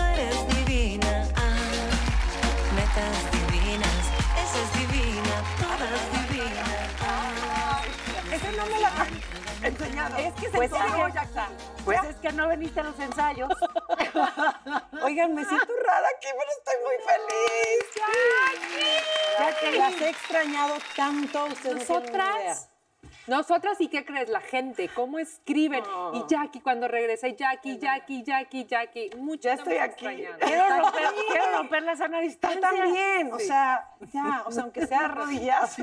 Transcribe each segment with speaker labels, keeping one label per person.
Speaker 1: eres divina. Ah, metas divinas, esa es divina, todas divinas. Ah,
Speaker 2: Esa no me la han enseñado.
Speaker 3: Es que se
Speaker 2: pues,
Speaker 3: enseñó,
Speaker 2: es que-
Speaker 3: Jaxa.
Speaker 2: Pues
Speaker 3: Es que no veniste a los ensayos.
Speaker 2: Oigan, me siento rara aquí, pero estoy muy feliz. Ya que las he extrañado tanto, ustedes no tienen idea.
Speaker 3: Nosotras. Nosotras, ¿y qué crees? La gente, ¿cómo escriben? Y Jackie, cuando regrese, Jackie, Jackie, Jackie, Jackie. Mucho
Speaker 2: Ya
Speaker 3: te
Speaker 2: estoy
Speaker 3: hemos
Speaker 2: aquí.
Speaker 3: extrañado.
Speaker 2: Quiero romper-
Speaker 3: quiero romper la sana
Speaker 2: Yo
Speaker 3: distancia.
Speaker 2: también, o
Speaker 3: Sí.
Speaker 2: sea, ya, o sea, pues, aunque sea rodillazo.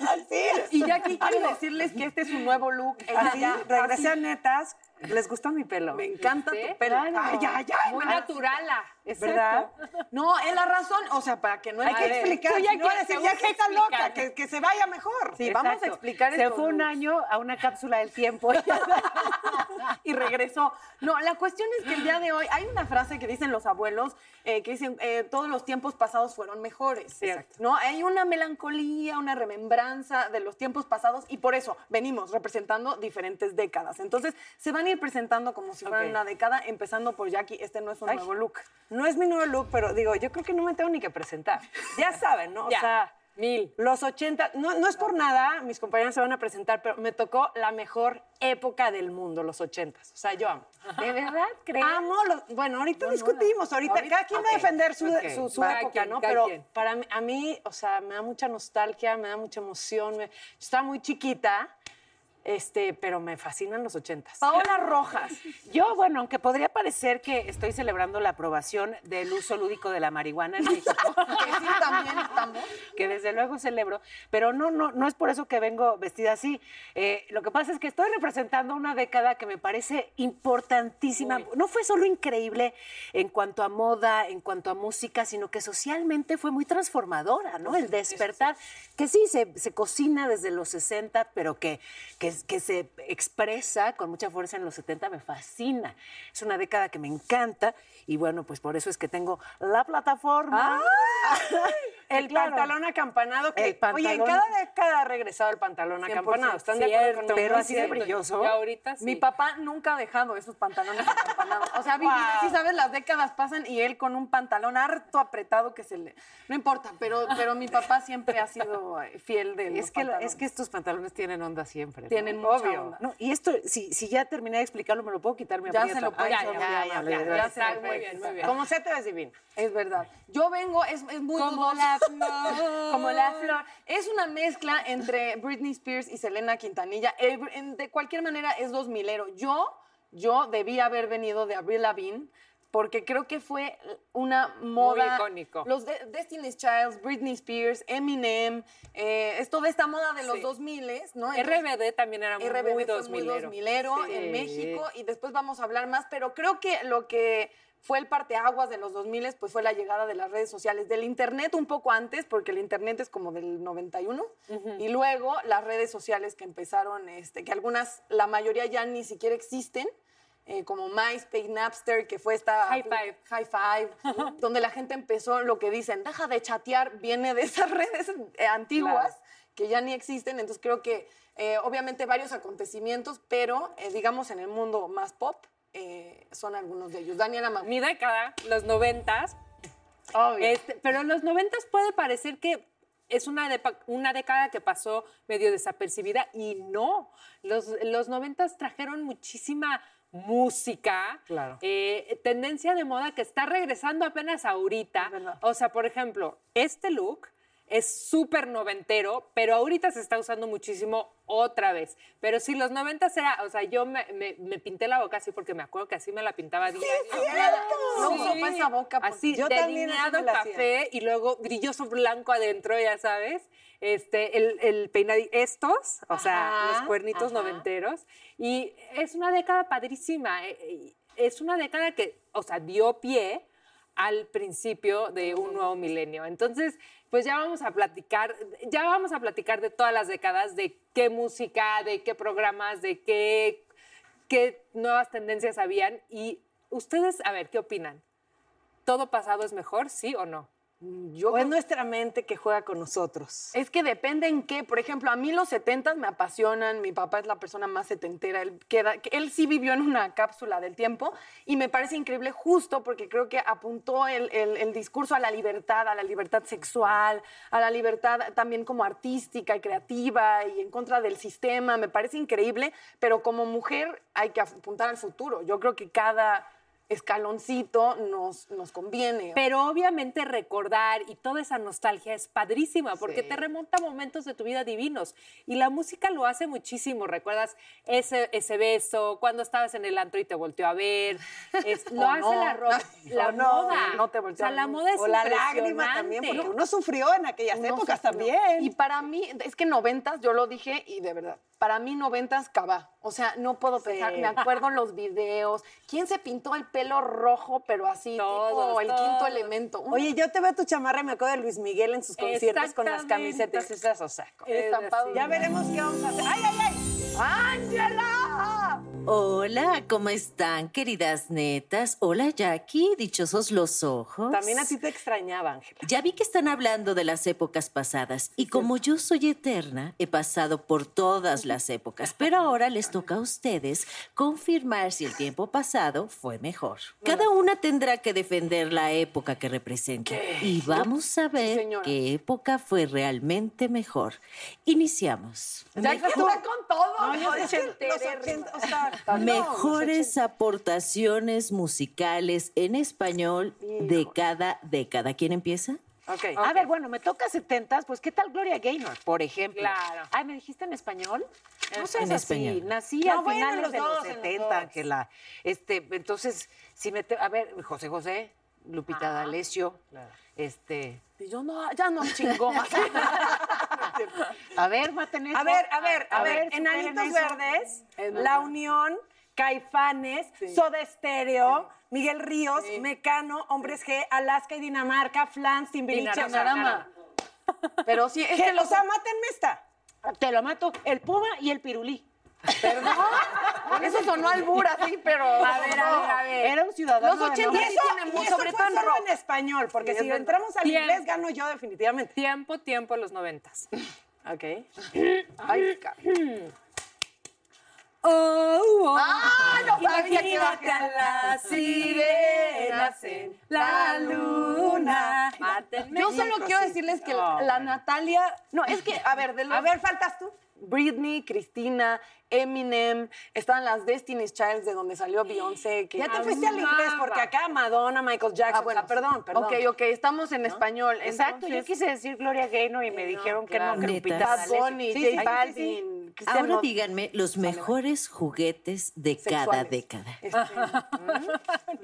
Speaker 2: así es.
Speaker 3: Y Jackie, quiero
Speaker 2: Algo.
Speaker 3: decirles que este es su nuevo look. Ella
Speaker 2: Así,
Speaker 3: ya-
Speaker 2: Este, regresé a netas. ¿Les gustó mi pelo? Me encanta
Speaker 3: ¿Sí?
Speaker 2: tu pelo.
Speaker 3: Claro.
Speaker 2: Ay, ya, ya.
Speaker 3: Muy
Speaker 2: hermana.
Speaker 3: naturala.
Speaker 2: ¿Verdad?
Speaker 4: No, es la razón, o sea, para que no
Speaker 2: Hay que
Speaker 4: A ver,
Speaker 2: explicar,
Speaker 3: tú
Speaker 2: si
Speaker 3: ya
Speaker 2: no van a
Speaker 3: quieres,
Speaker 2: decir,
Speaker 3: según
Speaker 2: ya que
Speaker 3: que
Speaker 2: está loca,
Speaker 3: explicar.
Speaker 2: que, que se vaya mejor.
Speaker 4: Sí, vamos a
Speaker 3: Exacto.
Speaker 4: explicar
Speaker 3: Se
Speaker 4: estos
Speaker 3: fue un
Speaker 4: looks.
Speaker 3: año a una cápsula del tiempo.
Speaker 4: y regresó. No, la cuestión es que el día de hoy hay una frase que dicen los abuelos, eh, que dicen, eh, todos los tiempos pasados fueron mejores.
Speaker 3: Cierto.
Speaker 4: ¿No? Hay una melancolía, una remembranza de los tiempos pasados y por eso venimos representando diferentes décadas. Entonces, se van a ir presentando como si fuera
Speaker 3: Ok.
Speaker 4: una década, empezando por Jackie, este no es un
Speaker 2: Ay.
Speaker 4: nuevo look.
Speaker 2: No es mi nuevo look, pero digo, yo creo que no me tengo ni que presentar. Ya saben, ¿no? O
Speaker 3: Ya,
Speaker 2: sea,
Speaker 3: mil.
Speaker 2: Los 80, no, no es por nada, mis compañeras se van a presentar, pero me tocó la mejor época del mundo, los 80. O sea, yo amo.
Speaker 3: ¿De verdad crees?
Speaker 2: Amo los. Bueno, ahorita discutimos, ahorita,
Speaker 3: Ahorita-
Speaker 2: cada quien va
Speaker 3: ok,
Speaker 2: a defender su,
Speaker 3: ok.
Speaker 2: su- su
Speaker 3: Cada
Speaker 2: época,
Speaker 3: quien,
Speaker 2: ¿no?
Speaker 3: cada
Speaker 2: Pero
Speaker 3: quien.
Speaker 2: para mí, a mí, o sea, me da mucha nostalgia, me da mucha emoción. me- yo estaba muy chiquita, este, pero me fascinan los 80.
Speaker 4: Paola Rojas.
Speaker 5: Yo, bueno, aunque podría parecer que estoy celebrando la aprobación del uso lúdico de la marihuana en México,
Speaker 4: que sí, también estamos.
Speaker 5: que desde luego celebro, pero no, no, no es por eso que vengo vestida así. Eh, lo que pasa es que estoy representando una década que me parece importantísima. No fue solo increíble en cuanto a moda, en cuanto a música, sino que socialmente fue muy transformadora, ¿no? El despertar, que sí, se, se cocina desde los 60, pero que, que, que se expresa con mucha fuerza en los 70, me fascina. Es una década que me encanta y bueno, pues por eso es que tengo la plataforma.
Speaker 2: El
Speaker 5: Claro.
Speaker 2: pantalón acampanado que.
Speaker 5: El
Speaker 2: Oye, en
Speaker 5: pantalón.
Speaker 2: cada década ha regresado el pantalón acampanado. ¿Están de acuerdo conmigo?
Speaker 5: pero
Speaker 2: Muy
Speaker 5: así de
Speaker 2: cierto.
Speaker 5: brilloso.
Speaker 3: Y ahorita sí.
Speaker 4: Mi papá nunca ha dejado esos pantalones acampanados. O sea, ha vivido así, ¿sabes? Las décadas pasan y él con un pantalón harto apretado que se le... No importa, pero, pero mi papá siempre ha sido eh, fiel de los
Speaker 5: Es que, la-
Speaker 4: pantalones.
Speaker 5: es que estos pantalones tienen onda siempre. ¿no?
Speaker 4: Tienen mucha
Speaker 5: Obvio.
Speaker 4: onda.
Speaker 5: No, y esto, si, si ya terminé de explicarlo, me lo puedo quitar, mi
Speaker 4: Ya
Speaker 5: aprieto.
Speaker 4: se lo puedes
Speaker 5: Ay,
Speaker 4: quitar,
Speaker 5: ya,
Speaker 4: mi
Speaker 5: ya,
Speaker 4: amor,
Speaker 5: ya,
Speaker 4: ya
Speaker 5: gracias.
Speaker 4: se lo
Speaker 3: Está muy bien, muy bien.
Speaker 2: Como sea, te ves divina.
Speaker 4: Es verdad. Yo vengo, es, es muy
Speaker 3: Como
Speaker 4: dudoso.
Speaker 3: la flor.
Speaker 4: Como la flor. Es una mezcla entre Britney Spears y Selena Quintanilla. Eh, br- en- de cualquier manera, es dos milero. Yo, yo debía haber venido de Avril Lavigne porque creo que fue una moda.
Speaker 3: icónico.
Speaker 4: Los de- Destiny's Child, Britney Spears, Eminem, eh, es toda esta moda de los
Speaker 3: Sí.
Speaker 4: 2000, ¿no? Entonces-
Speaker 3: RBD también era muy,
Speaker 4: RBD
Speaker 3: muy
Speaker 4: fue
Speaker 3: dos
Speaker 4: muy
Speaker 3: milero.
Speaker 4: 2000ero en México y después vamos a hablar más, pero creo que lo que fue el parteaguas de los 2000 pues fue la llegada de las redes sociales, del internet un poco antes, porque el internet es como del 91, y luego las redes sociales que empezaron, este, que algunas, la mayoría ya ni siquiera existen, eh, como MySpace, Napster, que fue esta...
Speaker 3: High Five.
Speaker 4: High Five, donde la gente empezó lo que dicen, deja de chatear, viene de esas redes eh, antiguas que ya ni existen. Entonces creo que eh, obviamente varios acontecimientos, pero eh, digamos en el mundo más pop eh, son algunos de ellos. Daniela Magón.
Speaker 3: Mi década, los noventas,
Speaker 2: Obvio.
Speaker 3: Este, pero en los noventas puede parecer que es una, depa- una década que pasó medio desapercibida y no. Los, los 90 trajeron muchísima música,
Speaker 5: Claro.
Speaker 3: eh, tendencia de moda que está regresando apenas ahorita.
Speaker 5: Es verdad.
Speaker 3: O sea, por ejemplo, este look es súper noventero, pero ahorita se está usando muchísimo otra vez. Pero si los noventas era, o sea, yo me, me- me pinté la boca así porque me acuerdo que así me la pintaba día a día.
Speaker 4: No uso pa' esa boca, porque
Speaker 3: Así,
Speaker 2: yo también así
Speaker 3: delineado
Speaker 2: me la hacía.
Speaker 3: café y luego brilloso blanco adentro, ya sabes. Este, el, el peinado, estos, o sea,
Speaker 5: Ajá,
Speaker 3: los cuernitos
Speaker 5: ajá.
Speaker 3: noventeros. Y es una década padrísima. eh, eh, Es una década que, o sea, dio pie al principio de un nuevo milenio. Entonces, pues ya vamos a platicar, ya vamos a platicar de todas las décadas, de qué música, de qué programas, de qué, qué nuevas tendencias habían. Y ustedes, a ver, ¿qué opinan? ¿Todo pasado es mejor, sí o no?
Speaker 4: Yo
Speaker 2: O es nuestra mente que juega con nosotros.
Speaker 4: Es que depende en qué. Por ejemplo, a mí los setentas me apasionan. Mi papá es la persona más setentera. Él, queda- que él sí vivió en una cápsula del tiempo y me parece increíble justo porque creo que apuntó el, el- el discurso a la libertad, a la libertad sexual, a la libertad también como artística y creativa y en contra del sistema. Me parece increíble, pero como mujer hay que apuntar al futuro. Yo creo que cada escaloncito nos, nos conviene.
Speaker 3: Pero obviamente recordar y toda esa nostalgia es padrísima porque te remonta a momentos de tu vida divinos. Y la música lo hace muchísimo. ¿Recuerdas ese, ese beso? Cuando estabas en el antro y te volteó a ver. Es- lo
Speaker 4: O
Speaker 3: hace
Speaker 4: no.
Speaker 3: la, ro- la
Speaker 4: O no,
Speaker 3: moda.
Speaker 4: no te volteó
Speaker 3: o sea,
Speaker 4: a
Speaker 3: la
Speaker 4: ver.
Speaker 3: moda es
Speaker 2: o la lágrima también,
Speaker 3: impresionante.
Speaker 2: porque uno sufrió en aquellas
Speaker 4: No
Speaker 2: épocas
Speaker 4: sé, no.
Speaker 2: también.
Speaker 4: Y para mí, es que noventas, yo lo dije y de verdad, para mí noventas cava. O sea, no puedo pensar, me acuerdo los videos. ¿Quién se pintó el pelo rojo, pero así, tipo
Speaker 3: Todos,
Speaker 4: el
Speaker 3: todos.
Speaker 4: quinto elemento? Un
Speaker 2: Oye, yo te veo tu chamarra y me acuerdo de Luis Miguel en sus conciertos con las
Speaker 3: Exactamente.
Speaker 2: camisetas esas, o sea, con-
Speaker 4: estampado.
Speaker 2: Eh, Ya veremos qué vamos a hacer. ¡Ay, ay, ay!
Speaker 4: ¡Ángela!
Speaker 6: Hola, ¿cómo están, queridas netas? Hola, Jackie, dichosos los ojos.
Speaker 2: También a ti te extrañaba, Ángela.
Speaker 6: Ya vi que están hablando de las épocas pasadas y como yo soy eterna, he pasado por todas las épocas, pero ahora les toca a ustedes confirmar si el tiempo pasado fue mejor. Cada una tendrá que defender la época que representa y vamos a ver
Speaker 4: señora.
Speaker 6: qué época fue realmente mejor. Iniciamos.
Speaker 4: Ya estuve con todo.
Speaker 2: No, yo
Speaker 4: joder.
Speaker 2: es que los 80, o sea, no,
Speaker 6: Mejores aportaciones musicales en español de cada década. ¿Quién empieza?
Speaker 5: A ver, bueno, me toca setentas, pues ¿qué tal Gloria Gaynor, por ejemplo?
Speaker 3: Claro.
Speaker 5: Ay, ¿me dijiste en español? No seas
Speaker 6: En
Speaker 5: así,
Speaker 6: español.
Speaker 5: nací
Speaker 2: No,
Speaker 5: a
Speaker 2: bueno,
Speaker 5: finales
Speaker 2: los
Speaker 5: de
Speaker 2: dos,
Speaker 5: los
Speaker 2: en los
Speaker 5: 70,
Speaker 2: dos.
Speaker 5: Ángela. Este, entonces, si me... te- A ver, José José, Lupita D'Alessio, este...
Speaker 4: Y yo no, ya no chingó.
Speaker 5: A ver, maten eso.
Speaker 2: A ver, a ver, a, ver,
Speaker 5: superen
Speaker 2: Enanitos
Speaker 5: eso.
Speaker 2: Verdes, La Unión, Caifanes, Soda Stereo, Miguel Ríos, Mecano, Hombres G, Alaska y Dinamarca, Flans, Timbiriche,
Speaker 4: Dinarama. Pero sí, es
Speaker 2: Que
Speaker 4: que
Speaker 2: los
Speaker 4: los...
Speaker 2: amatenme esta.
Speaker 5: Te lo mato, el Puma y el Pirulí.
Speaker 4: Eso sonó albur así, pero...
Speaker 3: A ver, a ver, a ver.
Speaker 5: Era un ciudadano
Speaker 4: Los
Speaker 5: de
Speaker 4: 80
Speaker 5: nombre.
Speaker 2: Y
Speaker 4: Sí,
Speaker 2: eso,
Speaker 4: tiene
Speaker 2: y
Speaker 4: mucho,
Speaker 2: eso
Speaker 4: sobre
Speaker 2: fue
Speaker 4: todo en
Speaker 2: solo
Speaker 4: rock.
Speaker 2: en español, porque
Speaker 4: Sí,
Speaker 2: si
Speaker 4: es verdad.
Speaker 2: entramos al
Speaker 3: Bien.
Speaker 2: inglés gano yo definitivamente.
Speaker 3: Tiempo, tiempo, los noventas.
Speaker 2: Ok.
Speaker 4: Ay, ca-
Speaker 3: Oh, oh.
Speaker 4: ¡Ah, no sabía que iba a
Speaker 3: Imagínate a las sirenas en la luna. Mátenme.
Speaker 4: Yo solo quiero decirles que la, la Natalia. No, es que, a ver, de los-
Speaker 2: A ver, faltas tú.
Speaker 4: Britney, Cristina, Eminem, estaban las Destiny's Child de donde salió Beyoncé. Que
Speaker 2: Ya te fuiste al inglés
Speaker 5: Ah,
Speaker 2: porque acá Madonna, Michael Jackson.
Speaker 4: Ah, bueno,
Speaker 2: o sea, perdón, perdón.
Speaker 4: Ok, ok, estamos en español.
Speaker 5: Exacto, yo
Speaker 4: entonces,
Speaker 5: quise decir Gloria Gaynor y me dijeron que no, que
Speaker 6: Neta.
Speaker 5: Lupita
Speaker 4: Bad
Speaker 5: D'Alessio.
Speaker 4: Bunny,
Speaker 5: Sí, sí,
Speaker 4: J
Speaker 5: sí, sí.
Speaker 4: Balvin, Cristian
Speaker 6: Ahora
Speaker 4: Nodal.
Speaker 6: díganme los mejores juguetes de cada
Speaker 4: Sexuales.
Speaker 6: década.
Speaker 4: Este,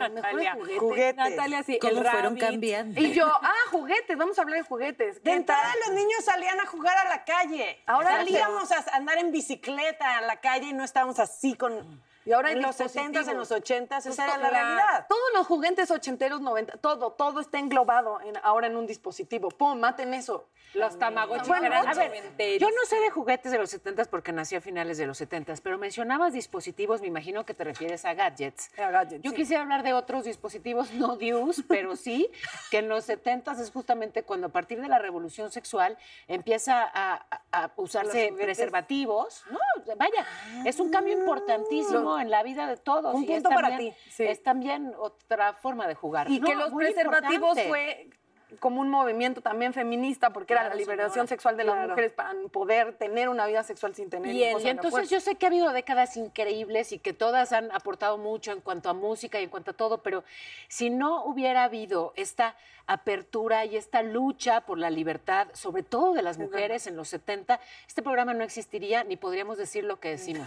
Speaker 3: Natalia.
Speaker 4: Mejores juguetes.
Speaker 2: Juguetes.
Speaker 3: Natalia, sí.
Speaker 6: ¿Cómo
Speaker 3: el
Speaker 6: fueron
Speaker 3: rabbit.
Speaker 6: cambiando?
Speaker 4: Y yo, ah, juguetes, vamos a hablar de juguetes.
Speaker 2: De
Speaker 4: ¿Qué
Speaker 2: entrada
Speaker 4: tal?
Speaker 2: los niños salían a jugar a la calle.
Speaker 4: Ahora
Speaker 2: salíamos a andar en bicicleta a la calle y no estábamos así con.
Speaker 4: Y ahora
Speaker 2: en
Speaker 4: en
Speaker 2: los 70s, en los
Speaker 4: dispositivos.
Speaker 2: 80s, esa era la
Speaker 4: Claro.
Speaker 2: realidad.
Speaker 4: Todos los juguetes ochenteros, noventa, todo, todo está englobado en- ahora en un dispositivo. Pum, maten eso.
Speaker 3: Los tamagotchis
Speaker 4: Bueno,
Speaker 3: eran
Speaker 4: a ver,
Speaker 3: noventeros.
Speaker 5: Yo no sé de juguetes de los 70 porque nací a finales de los 70, pero mencionabas dispositivos, me imagino que te refieres a gadgets.
Speaker 2: A gadgets,
Speaker 5: Yo
Speaker 2: sí.
Speaker 5: quisiera hablar de otros dispositivos, no de us, pero sí, que en los 70 es justamente cuando a partir de la revolución sexual empieza a, a- a usarse preservativos. No, vaya, es un cambio importantísimo en la vida de todos.
Speaker 2: Ah. Un
Speaker 5: y es
Speaker 2: punto para
Speaker 5: también-
Speaker 2: ti, sí.
Speaker 5: Es también otra forma de jugar.
Speaker 4: Y
Speaker 5: No,
Speaker 4: que los
Speaker 5: muy
Speaker 4: preservativos
Speaker 5: importante.
Speaker 4: fue ah,
Speaker 2: como un movimiento también feminista, porque era la liberación sexual de las mujeres para poder tener una vida sexual sin tener
Speaker 5: Bien,
Speaker 2: hijos
Speaker 5: y
Speaker 2: en la
Speaker 5: entonces
Speaker 2: fuerza.
Speaker 5: yo sé que ha habido décadas increíbles y que todas han aportado mucho en cuanto a música y en cuanto a todo, pero si no hubiera habido esta apertura y esta lucha por la libertad, sobre todo de las mujeres en los 70, este programa no existiría ni podríamos decir lo que decimos.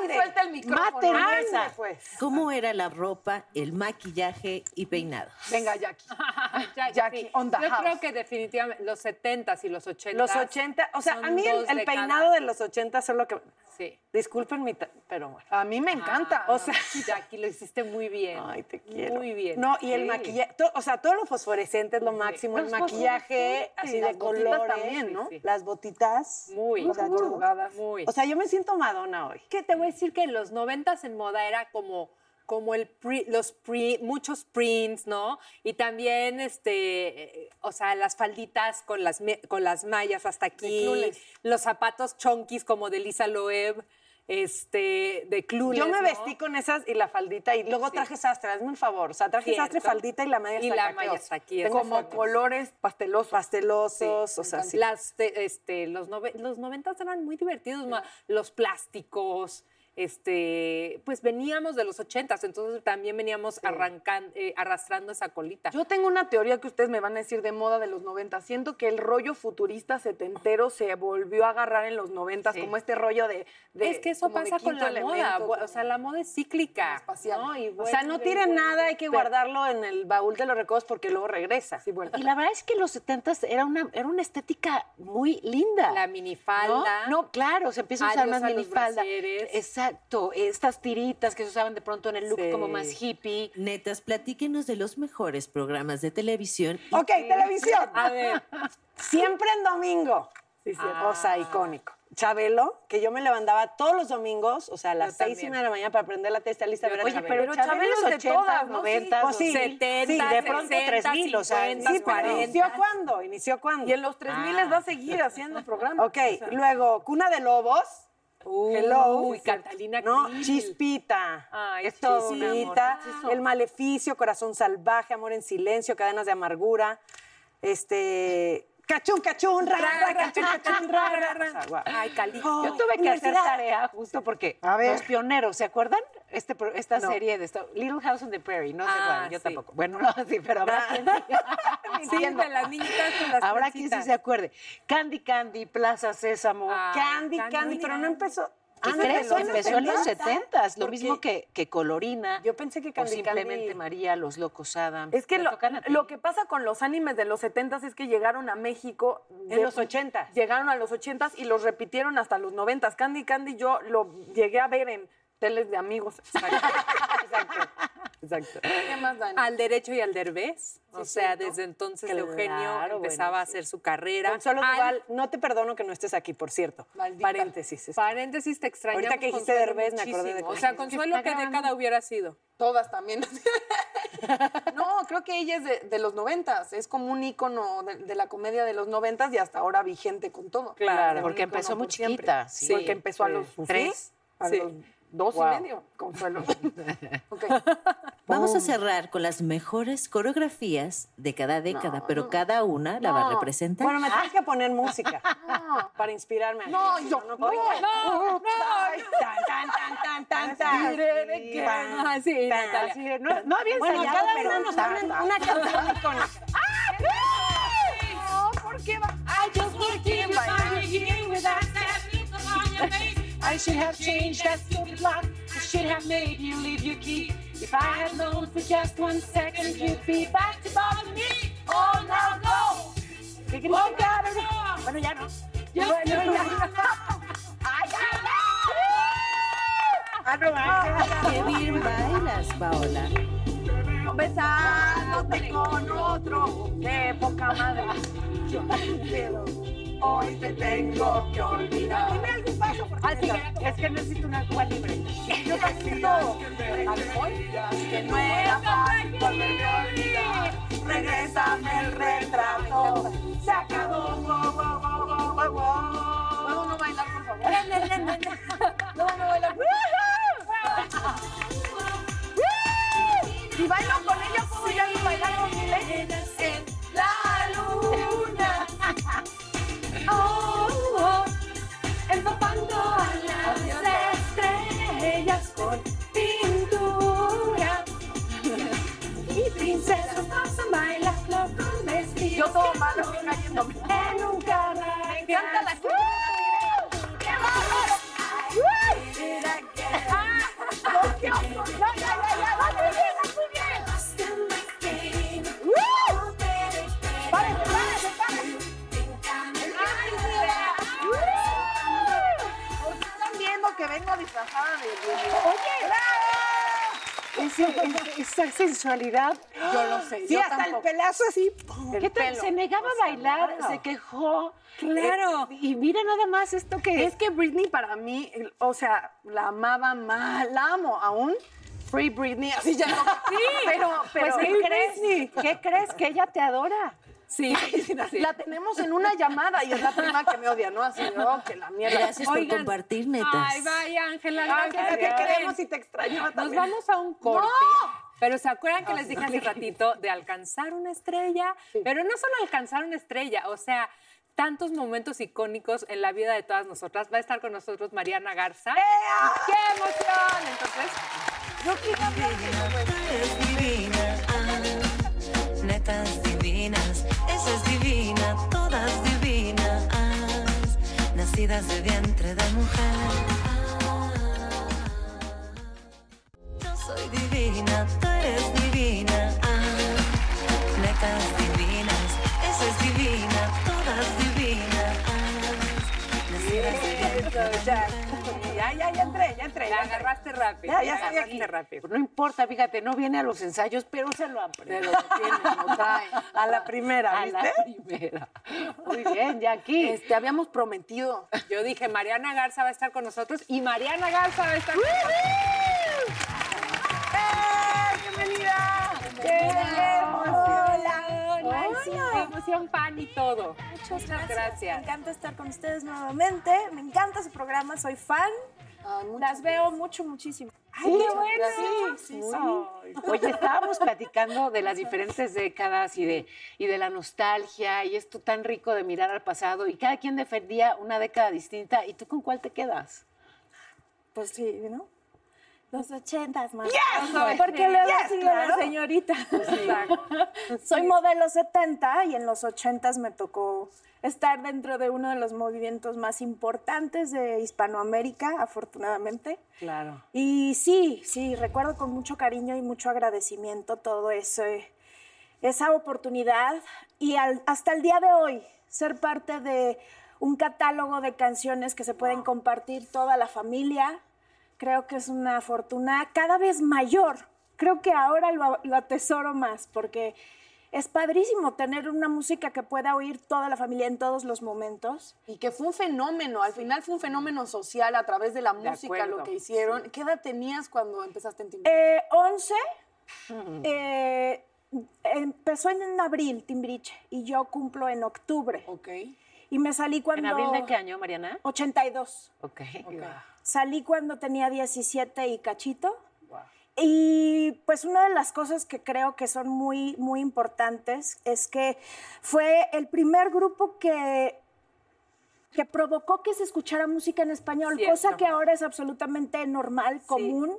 Speaker 2: ¡Ande! Suelta el micrófono.
Speaker 5: Maten
Speaker 2: ¡Ande,
Speaker 5: esa!
Speaker 2: pues.
Speaker 6: ¿Cómo era la ropa, el maquillaje y peinado?
Speaker 2: Venga, Jackie.
Speaker 3: Jackie,
Speaker 2: Jackie,
Speaker 3: sí.
Speaker 2: on the
Speaker 3: Yo creo
Speaker 2: house.
Speaker 3: que definitivamente los 70s y los 80s.
Speaker 4: Los 80, o sea,
Speaker 3: son
Speaker 4: a mí el,
Speaker 3: dos
Speaker 4: el
Speaker 3: décadas.
Speaker 4: peinado de los 80 es lo que.
Speaker 3: Sí.
Speaker 4: Disculpen mi. ta- Pero bueno. Ah,
Speaker 2: A mí me encanta.
Speaker 3: o sea, Jackie, lo hiciste muy bien.
Speaker 4: Ay, te quiero.
Speaker 3: Muy bien.
Speaker 4: No, y el
Speaker 3: Sí.
Speaker 4: maquillaje, to- o sea, todo lo fosforescente es lo máximo, el
Speaker 3: Los
Speaker 4: maquillaje
Speaker 3: fosforescentes,
Speaker 4: así
Speaker 3: las
Speaker 4: de
Speaker 3: botitas
Speaker 4: colores,
Speaker 3: también, ¿no? Sí, sí.
Speaker 4: las botitas.
Speaker 3: Muy,
Speaker 4: o sea,
Speaker 3: muy,
Speaker 4: chongadas.
Speaker 3: muy.
Speaker 4: O sea, yo me siento Madonna hoy.
Speaker 3: que te voy a decir que en los noventas en moda era como como el pre- los pre- muchos prints, ¿no? Y también este, eh, o sea, las falditas con las me- con las mallas hasta aquí, los zapatos chonquis como de Lisa Loeb, este, de Clueless,
Speaker 4: Yo me
Speaker 3: ¿no?
Speaker 4: vestí con esas y la faldita y luego traje sastre, hazme un favor. O sea, traje sastre,
Speaker 3: Cierto.
Speaker 4: faldita y la media
Speaker 3: Y
Speaker 4: hasta
Speaker 3: la
Speaker 4: acá,
Speaker 3: malla
Speaker 4: o sea,
Speaker 3: hasta aquí,
Speaker 4: tengo
Speaker 3: exacto.
Speaker 4: Como colores pastelosos. Pastelosos, o sea, sí.
Speaker 3: Las, te- este, los, nove- los noventas eran muy divertidos, ma- los plásticos, este, pues veníamos de los ochentas, entonces también veníamos arrancan- eh, arrastrando esa colita.
Speaker 2: Yo tengo una teoría que ustedes me van a decir de moda de los 90. Siento que el rollo futurista setentero se volvió a agarrar en los 90, como este rollo de. de-
Speaker 3: es que eso
Speaker 2: como de
Speaker 3: pasa con
Speaker 2: quinto
Speaker 3: la moda.
Speaker 2: elemento,
Speaker 3: bu- O sea, la moda es cíclica.
Speaker 2: espacial.
Speaker 3: ¿no? Y
Speaker 4: O sea,
Speaker 3: vuelve,
Speaker 4: no tiren
Speaker 3: vuelve.
Speaker 4: nada, hay que guardarlo en el baúl de los recuerdos porque luego regresa. Sí, bueno.
Speaker 5: Y la verdad es que los 70 era una, era una estética muy linda.
Speaker 3: La minifalda.
Speaker 5: No, no claro, se empieza a usar
Speaker 3: Adiós
Speaker 5: más
Speaker 3: a los
Speaker 5: minifalda.
Speaker 3: brasieres.
Speaker 5: Exacto, estas tiritas que se usaban de pronto en el look
Speaker 3: Sí.
Speaker 5: Eh, como más hippie.
Speaker 6: Netas, platíquenos de los mejores programas de televisión. y-
Speaker 4: Ok, televisión.
Speaker 3: A ver,
Speaker 4: Siempre en domingo. O sea, icónico. Chabelo, que yo me levantaba todos los domingos, o sea, a las
Speaker 3: Yo
Speaker 4: seis y
Speaker 3: también.
Speaker 4: media de la mañana para prender la testa lista.
Speaker 3: Yo
Speaker 4: ver a
Speaker 3: Oye,
Speaker 4: Chabelo.
Speaker 2: pero Chabelo es de todas, ¿no?
Speaker 4: Pues sí,
Speaker 3: 70,
Speaker 4: sí, de pronto
Speaker 3: 60,
Speaker 4: 3000, o sea,
Speaker 3: 50,
Speaker 4: sí, pero
Speaker 3: 40.
Speaker 4: ¿inició cuándo? ¿Inició cuándo?
Speaker 2: Y en los 3000 va a seguir haciendo programas.
Speaker 4: Ok, luego, Cuna de Lobos.
Speaker 3: Uy,
Speaker 4: Hello.
Speaker 3: uy, Catalina
Speaker 4: No,
Speaker 3: Krill.
Speaker 4: Chispita.
Speaker 3: Ay,
Speaker 4: es todo un
Speaker 3: Chispita.
Speaker 4: amor. El Maleficio, Corazón Salvaje, Amor en Silencio, Cadenas de Amargura. Este. Cachún, cachún, ra, ra, cachún, cachún, ra, ra, ra. O sea, guau.
Speaker 3: Ay, Calixto.
Speaker 4: Oh,
Speaker 5: Yo tuve que hacer
Speaker 4: universidad.
Speaker 5: tarea justo porque
Speaker 4: A ver.
Speaker 5: los pioneros, ¿se acuerdan? Este, pro- esta
Speaker 4: No.
Speaker 5: serie de esto, Little House on the Prairie, no sé
Speaker 3: Ah,
Speaker 5: cuál, yo
Speaker 3: sí.
Speaker 5: tampoco. Bueno, no, sí, pero habrá quien sí.
Speaker 3: Sí, de las niñitas con las
Speaker 5: Habrá quien sí
Speaker 3: flechitas.
Speaker 5: se acuerde. Candy Candy, Plaza Sésamo.
Speaker 3: Ah,
Speaker 4: Candy,
Speaker 3: Candy,
Speaker 4: Candy, pero no
Speaker 3: Candy.
Speaker 4: empezó.
Speaker 5: ¿Qué
Speaker 4: Ah, no,
Speaker 5: crees? Empezó en los 70, lo
Speaker 4: Porque
Speaker 5: mismo que, que Colorina.
Speaker 4: Yo pensé que
Speaker 5: o
Speaker 4: Candy
Speaker 5: simplemente
Speaker 4: Candy.
Speaker 5: María, los locos Adam.
Speaker 2: Es que
Speaker 5: ¿Te
Speaker 2: lo,
Speaker 5: tocan a ti?
Speaker 2: lo que pasa con los animes de los 70s es que llegaron a México. de-
Speaker 4: En los 80.
Speaker 2: Llegaron a los 80s y los repitieron hasta los 90s. Candy Candy yo lo llegué a ver en teles de amigos.
Speaker 4: Exacto.
Speaker 2: ¿Qué más, Dani?
Speaker 3: Al derecho y al derbez. o sea, desde entonces
Speaker 4: Claro,
Speaker 3: Eugenio empezaba
Speaker 4: bueno,
Speaker 3: a hacer su carrera.
Speaker 4: Consuelo
Speaker 3: Al-
Speaker 4: Duval, no te perdono que no estés aquí, por cierto.
Speaker 3: Maldita.
Speaker 4: Paréntesis.
Speaker 3: Paréntesis, te extrañamos.
Speaker 4: Ahorita que dijiste
Speaker 3: Consuelo,
Speaker 4: Derbez, me acordé de
Speaker 3: muchísimo. O
Speaker 4: Consuelo.
Speaker 3: sea, Consuelo, ¿qué década hubiera sido?
Speaker 2: Todas también. no, creo que ella es de, de los 90s. Es como un ícono de, de la comedia de los 90s y hasta ahora vigente con todo.
Speaker 5: Claro,
Speaker 2: Un
Speaker 5: porque
Speaker 2: ícono
Speaker 5: empezó muy
Speaker 2: por siempre.
Speaker 5: chiquita, sí.
Speaker 2: porque empezó a los
Speaker 5: Tres.
Speaker 2: A
Speaker 3: Sí.
Speaker 2: los dos
Speaker 5: Wow.
Speaker 2: y medio. Consuelo. Ok.
Speaker 6: Vamos a cerrar con las mejores coreografías de cada década, pero cada una la va a representar.
Speaker 4: Bueno, me tienes que poner música para inspirarme.
Speaker 2: Ah. No,
Speaker 4: Si
Speaker 2: yo-
Speaker 4: puedo.
Speaker 2: no,
Speaker 4: no, Ay, tan, tan, tan, tan, tan, tan.
Speaker 3: Diré que-
Speaker 4: Tan,
Speaker 3: Ah, sí,
Speaker 4: tan.
Speaker 3: Natalia.
Speaker 5: Así de, no, no había
Speaker 4: Bueno,
Speaker 5: ensayado,
Speaker 4: cada
Speaker 5: pero-
Speaker 4: una nos da una, una canción icónica.
Speaker 2: No, ¿por qué va? Ay, yo ¿por qué va?
Speaker 5: I should have changed that stupid lock. I should have made you leave your key. If I had known for just one second, you'd be back to bother me. Oh, now go. Walk out of
Speaker 2: Ah,
Speaker 5: the- Bueno, ya no. Bueno, ya. Ay, ya
Speaker 2: Ah,
Speaker 5: no.
Speaker 6: Qué bien bailas, Paola.
Speaker 2: Besándote con otro. Qué poca madre. Hoy te tengo que olvidar. Ah, Dime algún paso, por favor.
Speaker 5: Es que necesito una cuba libre.
Speaker 2: Yo necesito alcohol. Que no era fácil volverme a olvidar. Regrésame el retrato. Se acabó. Wow, wow, wow, wow, wow, wow. ¿Puedo no bailar, por favor? No, no bailar. Si bailo con ella, puedo ya no bailar con mi ley. En la
Speaker 1: Oh, estrellas con pintura. Y princesas pasan bailando con vestidos.
Speaker 4: Yo todo
Speaker 1: de
Speaker 4: malo,
Speaker 1: flores
Speaker 4: cayéndome.
Speaker 1: En un carnaval.
Speaker 4: Me encanta la gente.
Speaker 1: ¡Qué bárbaro! ¡Ah! ¡Qué horror! ¡Ya, ya, ya, ya! ¡Va muy bien, va muy bien! ¡Uh! ¡Párate, párate, párate!
Speaker 4: ¿Por qué están viendo que vengo disfrazada de
Speaker 5: Ese- ese- esa sensualidad.
Speaker 4: Yo lo sé.
Speaker 2: Sí,
Speaker 4: yo
Speaker 2: hasta el
Speaker 4: tampoco.
Speaker 2: pelazo así. ¡pum!
Speaker 5: ¿Qué tal?
Speaker 4: pelo.
Speaker 5: Se negaba a bailar,
Speaker 4: claro.
Speaker 5: se
Speaker 4: eh,
Speaker 5: quejó.
Speaker 3: Claro.
Speaker 5: Eh, y mira nada más esto que
Speaker 4: Es que Britney para mí, el- o sea, la amaba más, la amo aún. Free Britney, así ya no. Sí, pero, pero
Speaker 5: Pues, ¿qué crees? ¿Qué crees? Que ella te adora.
Speaker 3: Sí.
Speaker 4: La tenemos en una llamada y es la prima que me odia, ¿no? Así, oh, que la mierda.
Speaker 6: Gracias por compartir metas.
Speaker 3: Ay, vaya, Ángela. gracias.
Speaker 4: Ángela, te
Speaker 3: Ven.
Speaker 4: queremos y te extrañaba
Speaker 3: Nos
Speaker 4: también.
Speaker 3: vamos a un corte. Pero ¿se acuerdan que les dije hace ratito de alcanzar una estrella? Pero no solo alcanzar una estrella, o sea, tantos momentos icónicos en la vida de todas nosotras. Va a estar con nosotros Mariana Garza. ¡Qué
Speaker 1: pues,
Speaker 3: emoción! Entonces,
Speaker 1: Tú eres divina, ah, netas divinas, esa es divina, todas divinas, nacidas de vientre de mujer. Ah, Yo soy divina, tú eres divina, ah, netas divinas, esa es divina, todas divinas, nacidas de vientre de mujer.
Speaker 4: Ya, ya, ya, ya entré, ya entré.
Speaker 3: la
Speaker 4: ya entré.
Speaker 3: agarraste rápido.
Speaker 4: Ya, ya
Speaker 3: la
Speaker 4: estoy
Speaker 3: agarraste
Speaker 4: aquí.
Speaker 3: rápido.
Speaker 5: No importa, fíjate, no viene a los ensayos, pero se lo aprende.
Speaker 4: Te lo tiene, lo trae. A la primera,
Speaker 5: A
Speaker 4: ¿viste?
Speaker 5: la primera. Muy bien, Jackie.
Speaker 4: Este, habíamos prometido.
Speaker 3: Yo dije, Mariana Garza va a estar con nosotros y Mariana Garza va a estar con nosotros. ¡Eh!
Speaker 4: ¡Bienvenida!
Speaker 3: Hola, hola, sí, qué emoción, fan y todo. Muchas gracias.
Speaker 7: Me encanta estar con ustedes nuevamente. Me encanta su programa, soy fan. Las veo mucho, muchísimo.
Speaker 5: Sí, sí, sí, sí. Oye, estábamos platicando de las diferentes décadas y de, y de la nostalgia y esto tan rico de mirar al pasado y cada quien defendía una década distinta. ¿Y tú con cuál te quedas?
Speaker 7: Pues sí, ¿no? Los ochentas, más.
Speaker 3: Porque
Speaker 7: luego
Speaker 4: Yes,
Speaker 7: sí,
Speaker 4: claro.
Speaker 7: la señorita.
Speaker 3: Exacto.
Speaker 7: Soy modelo 70 y en los 80 me tocó estar dentro de uno de los movimientos más importantes de Hispanoamérica, afortunadamente.
Speaker 5: Claro.
Speaker 7: Y sí, sí, recuerdo con mucho cariño y mucho agradecimiento todo ese, esa oportunidad y al- hasta el día de hoy ser parte de un catálogo de canciones que se pueden compartir toda la familia. Creo que es una fortuna cada vez mayor. Creo que ahora lo, lo atesoro más porque es padrísimo tener una música que pueda oír toda la familia en todos los momentos.
Speaker 4: Y que fue un fenómeno, al final fue un fenómeno social a través de la música,
Speaker 3: acuerdo,
Speaker 4: lo que hicieron. ¿Qué edad tenías cuando empezaste en Timbiriche?
Speaker 7: Eh, 11 eh, empezó en abril Timbiriche y yo cumplo en octubre.
Speaker 4: ok.
Speaker 7: Y me salí
Speaker 5: ¿En
Speaker 7: cuando...
Speaker 5: abril de qué año, Mariana?
Speaker 7: 82.
Speaker 5: Ok.
Speaker 7: Salí cuando tenía 17 y cachito. Y pues una de las cosas que creo que son muy, muy importantes es que fue el primer grupo que, que provocó que se escuchara música en español,
Speaker 3: Cierto.
Speaker 7: cosa que ahora es absolutamente normal, común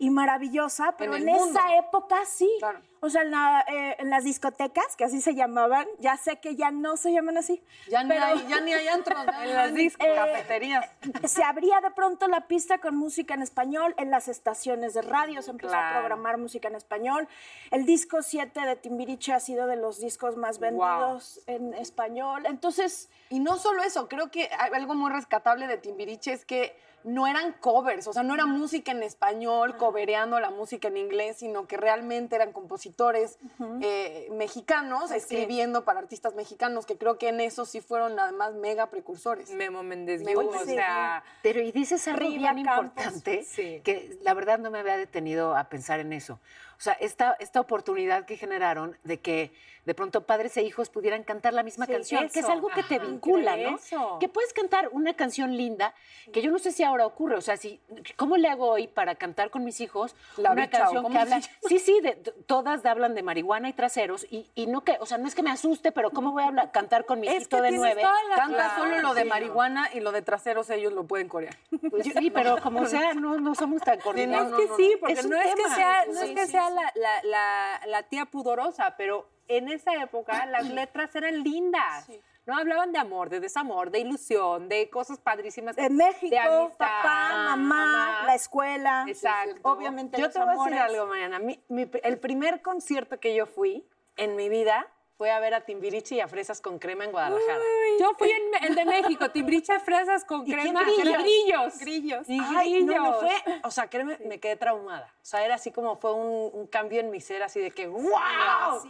Speaker 7: y maravillosa, pero
Speaker 4: el
Speaker 7: en,
Speaker 4: mundo.
Speaker 7: esa época sí.
Speaker 4: Claro.
Speaker 7: O sea, en, la- eh, en las discotecas, que así se llamaban, ya sé que ya no se llaman así.
Speaker 4: Ya,
Speaker 7: pero-
Speaker 4: ni hay, ya ni hay antros. ya ni hay
Speaker 7: eh,
Speaker 4: Cafeterías.
Speaker 7: se abría de pronto la pista con música en español, en las estaciones de radio se empezó a programar música en español. El disco 7 de Timbiriche ha sido de los discos más vendidos en español. Entonces,
Speaker 4: Y no solo eso, creo que hay algo muy rescatable de Timbiriche es que no eran covers, o sea, no era música en español, cobereando la música en inglés, sino que realmente eran compositores eh, mexicanos escribiendo para artistas mexicanos, que creo que en eso sí fueron además mega precursores.
Speaker 3: Memo Méndez
Speaker 4: Memo
Speaker 3: Vivo, o
Speaker 4: Méndez
Speaker 3: sea,
Speaker 5: Pero y dices algo
Speaker 7: Riva
Speaker 5: bien
Speaker 7: Campos.
Speaker 5: importante
Speaker 3: Sí.
Speaker 5: que la verdad no me había detenido a pensar en eso. O sea, esta, esta oportunidad que generaron de que de pronto padres e hijos pudieran cantar la misma
Speaker 3: Sí,
Speaker 5: canción, que es
Speaker 3: eso,
Speaker 5: algo que te
Speaker 3: ajá,
Speaker 5: vincula, ¿no?
Speaker 3: eso.
Speaker 5: Que puedes cantar una canción linda, que yo no sé si ahora ocurre, o sea, si, ¿cómo le hago hoy para cantar con mis hijos
Speaker 4: La
Speaker 5: una
Speaker 4: bicha, ¿o
Speaker 5: canción
Speaker 4: cómo
Speaker 5: que
Speaker 4: se
Speaker 5: habla?
Speaker 4: llama?
Speaker 5: Sí, sí, de- t- todas hablan de marihuana y traseros, y, y no que, o sea, no es que me asuste, pero ¿cómo voy a hablar- cantar con mi
Speaker 4: Es
Speaker 5: hijito
Speaker 4: que
Speaker 5: de
Speaker 4: tienes
Speaker 5: nueve?
Speaker 3: toda la
Speaker 4: Canta
Speaker 3: Claro,
Speaker 4: solo lo de
Speaker 3: sí, no.
Speaker 4: marihuana y lo de traseros ellos lo pueden corear.
Speaker 5: Pues sí, pero como sea, no, no somos tan coordinados.
Speaker 3: es que sí, porque
Speaker 5: Es un
Speaker 3: no, es que
Speaker 5: tema.
Speaker 3: sea, no es
Speaker 5: Sí,
Speaker 3: que
Speaker 5: sí,
Speaker 3: sea
Speaker 5: sí.
Speaker 3: La, la- la- la tía pudorosa, pero en esa época las letras eran lindas. No hablaban de amor, de desamor, de ilusión, de cosas padrísimas.
Speaker 7: De México,
Speaker 3: amistad,
Speaker 7: papá, mamá, la escuela.
Speaker 3: Exacto.
Speaker 7: Obviamente,
Speaker 4: Yo
Speaker 7: los
Speaker 4: te voy a
Speaker 7: amores.
Speaker 4: decir algo, Mariana. Mi- mi- el primer concierto que yo fui en mi vida fue a ver a Timbiriche y a Fresas con Crema en Guadalajara.
Speaker 3: Yo fui en el de México, timbricha fresas con crema
Speaker 4: quién
Speaker 3: y grillos.
Speaker 4: Grillos.
Speaker 3: Y
Speaker 4: Ay, no, no,
Speaker 3: grillos.
Speaker 4: fue, o sea, créeme, me quedé traumada. O sea, era así como fue un, un cambio en mi ser, así de que ¡wow!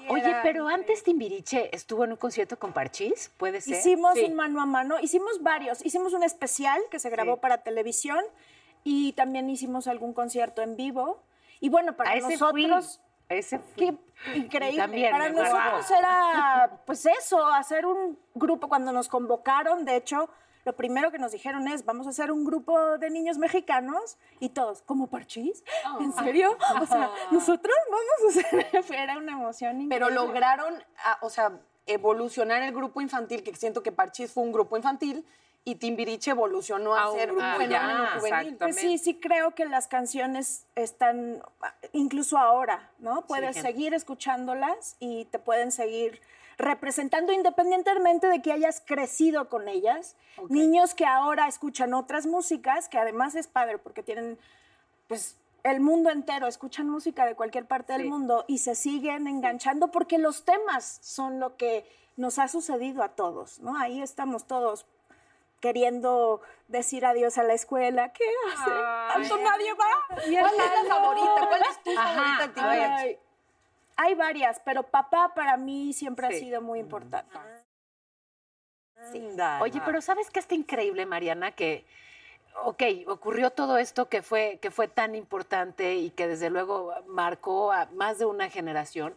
Speaker 5: Oye, pero antes Timbiriche estuvo en un concierto con Parchís, puede ser.
Speaker 7: Hicimos un mano a mano, hicimos varios, hicimos un especial que se grabó para televisión y también hicimos algún concierto en vivo. Y bueno, para
Speaker 5: a ese
Speaker 7: nosotros,
Speaker 5: fui. A ese fui.
Speaker 7: qué increíble.
Speaker 5: también,
Speaker 7: para
Speaker 5: me acuerdo.
Speaker 7: nosotros era, pues eso, hacer un grupo. Cuando nos convocaron, de hecho, lo primero que nos dijeron es, vamos a hacer un grupo de niños mexicanos y todos, ¿como parchís? ¿En
Speaker 5: Ah.
Speaker 7: serio? O sea, nosotros vamos a hacer, era una emoción increíble.
Speaker 4: Pero lograron, a- o sea, evolucionar el grupo infantil, que siento que Parchís fue un grupo infantil, y Timbiriche evolucionó a,
Speaker 3: A un
Speaker 4: ser un
Speaker 3: grupo,
Speaker 4: fenómeno
Speaker 3: ya,
Speaker 4: juvenil.
Speaker 3: exacto.
Speaker 7: Pues sí, sí creo que las canciones están, ah, incluso ahora, ¿no? Puedes seguir escuchándolas y te pueden seguir representando independientemente de que hayas crecido con ellas. Niños que ahora escuchan otras músicas, que además es padre porque tienen, pues, el mundo entero, escuchan música de cualquier parte del mundo y se siguen enganchando porque los temas son lo que nos ha sucedido a todos, ¿no? Ahí estamos todos queriendo decir adiós a la escuela. ¿Qué hace? Tanto nadie va.
Speaker 4: ¿Cuál es la favorita? ¿Cuál es tu favorita de Timbiriche?
Speaker 3: Ay,
Speaker 7: Hay varias, pero papá para mí siempre
Speaker 3: Sí.
Speaker 7: ha sido muy importante.
Speaker 5: Oye, pero ¿sabes qué está increíble, Mariana? Que, ok, ocurrió todo esto que fue, que fue tan importante y que desde luego marcó a más de una generación.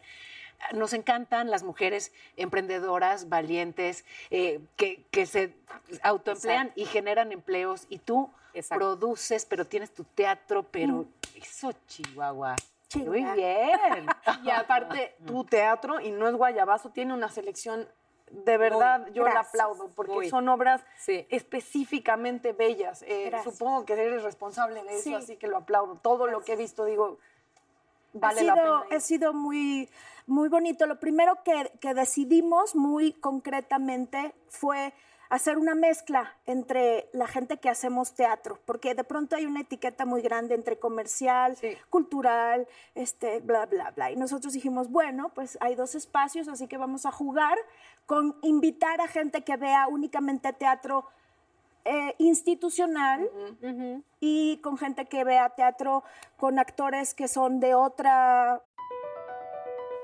Speaker 5: Nos encantan las mujeres emprendedoras, valientes, eh, que, que se autoemplean y generan empleos. Y tú
Speaker 3: Exacto.
Speaker 5: produces, pero tienes tu teatro, pero eso, Chihuahua. Muy
Speaker 7: Chinga.
Speaker 5: bien.
Speaker 4: Y aparte, tu teatro, y no es guayabazo, tiene una selección de verdad, yo la
Speaker 7: Gracias.
Speaker 4: aplaudo, porque
Speaker 3: Muy.
Speaker 4: son obras
Speaker 3: Sí.
Speaker 4: específicamente bellas. Eh,
Speaker 7: Gracias.
Speaker 4: supongo que eres responsable de eso,
Speaker 7: Sí.
Speaker 4: así que lo aplaudo. Todo lo que he visto, digo, vale
Speaker 7: ha
Speaker 4: la
Speaker 7: sido,
Speaker 4: pena.
Speaker 7: ha sido muy, muy bonito. Lo primero que, que decidimos muy concretamente fue hacer una mezcla entre la gente que hacemos teatro, porque de pronto hay una etiqueta muy grande entre comercial, cultural, este, bla, bla, bla. Y nosotros dijimos, bueno, pues hay dos espacios, así que vamos a jugar con invitar a gente que vea únicamente teatro eh, institucional y con gente que vea teatro con actores que son de otra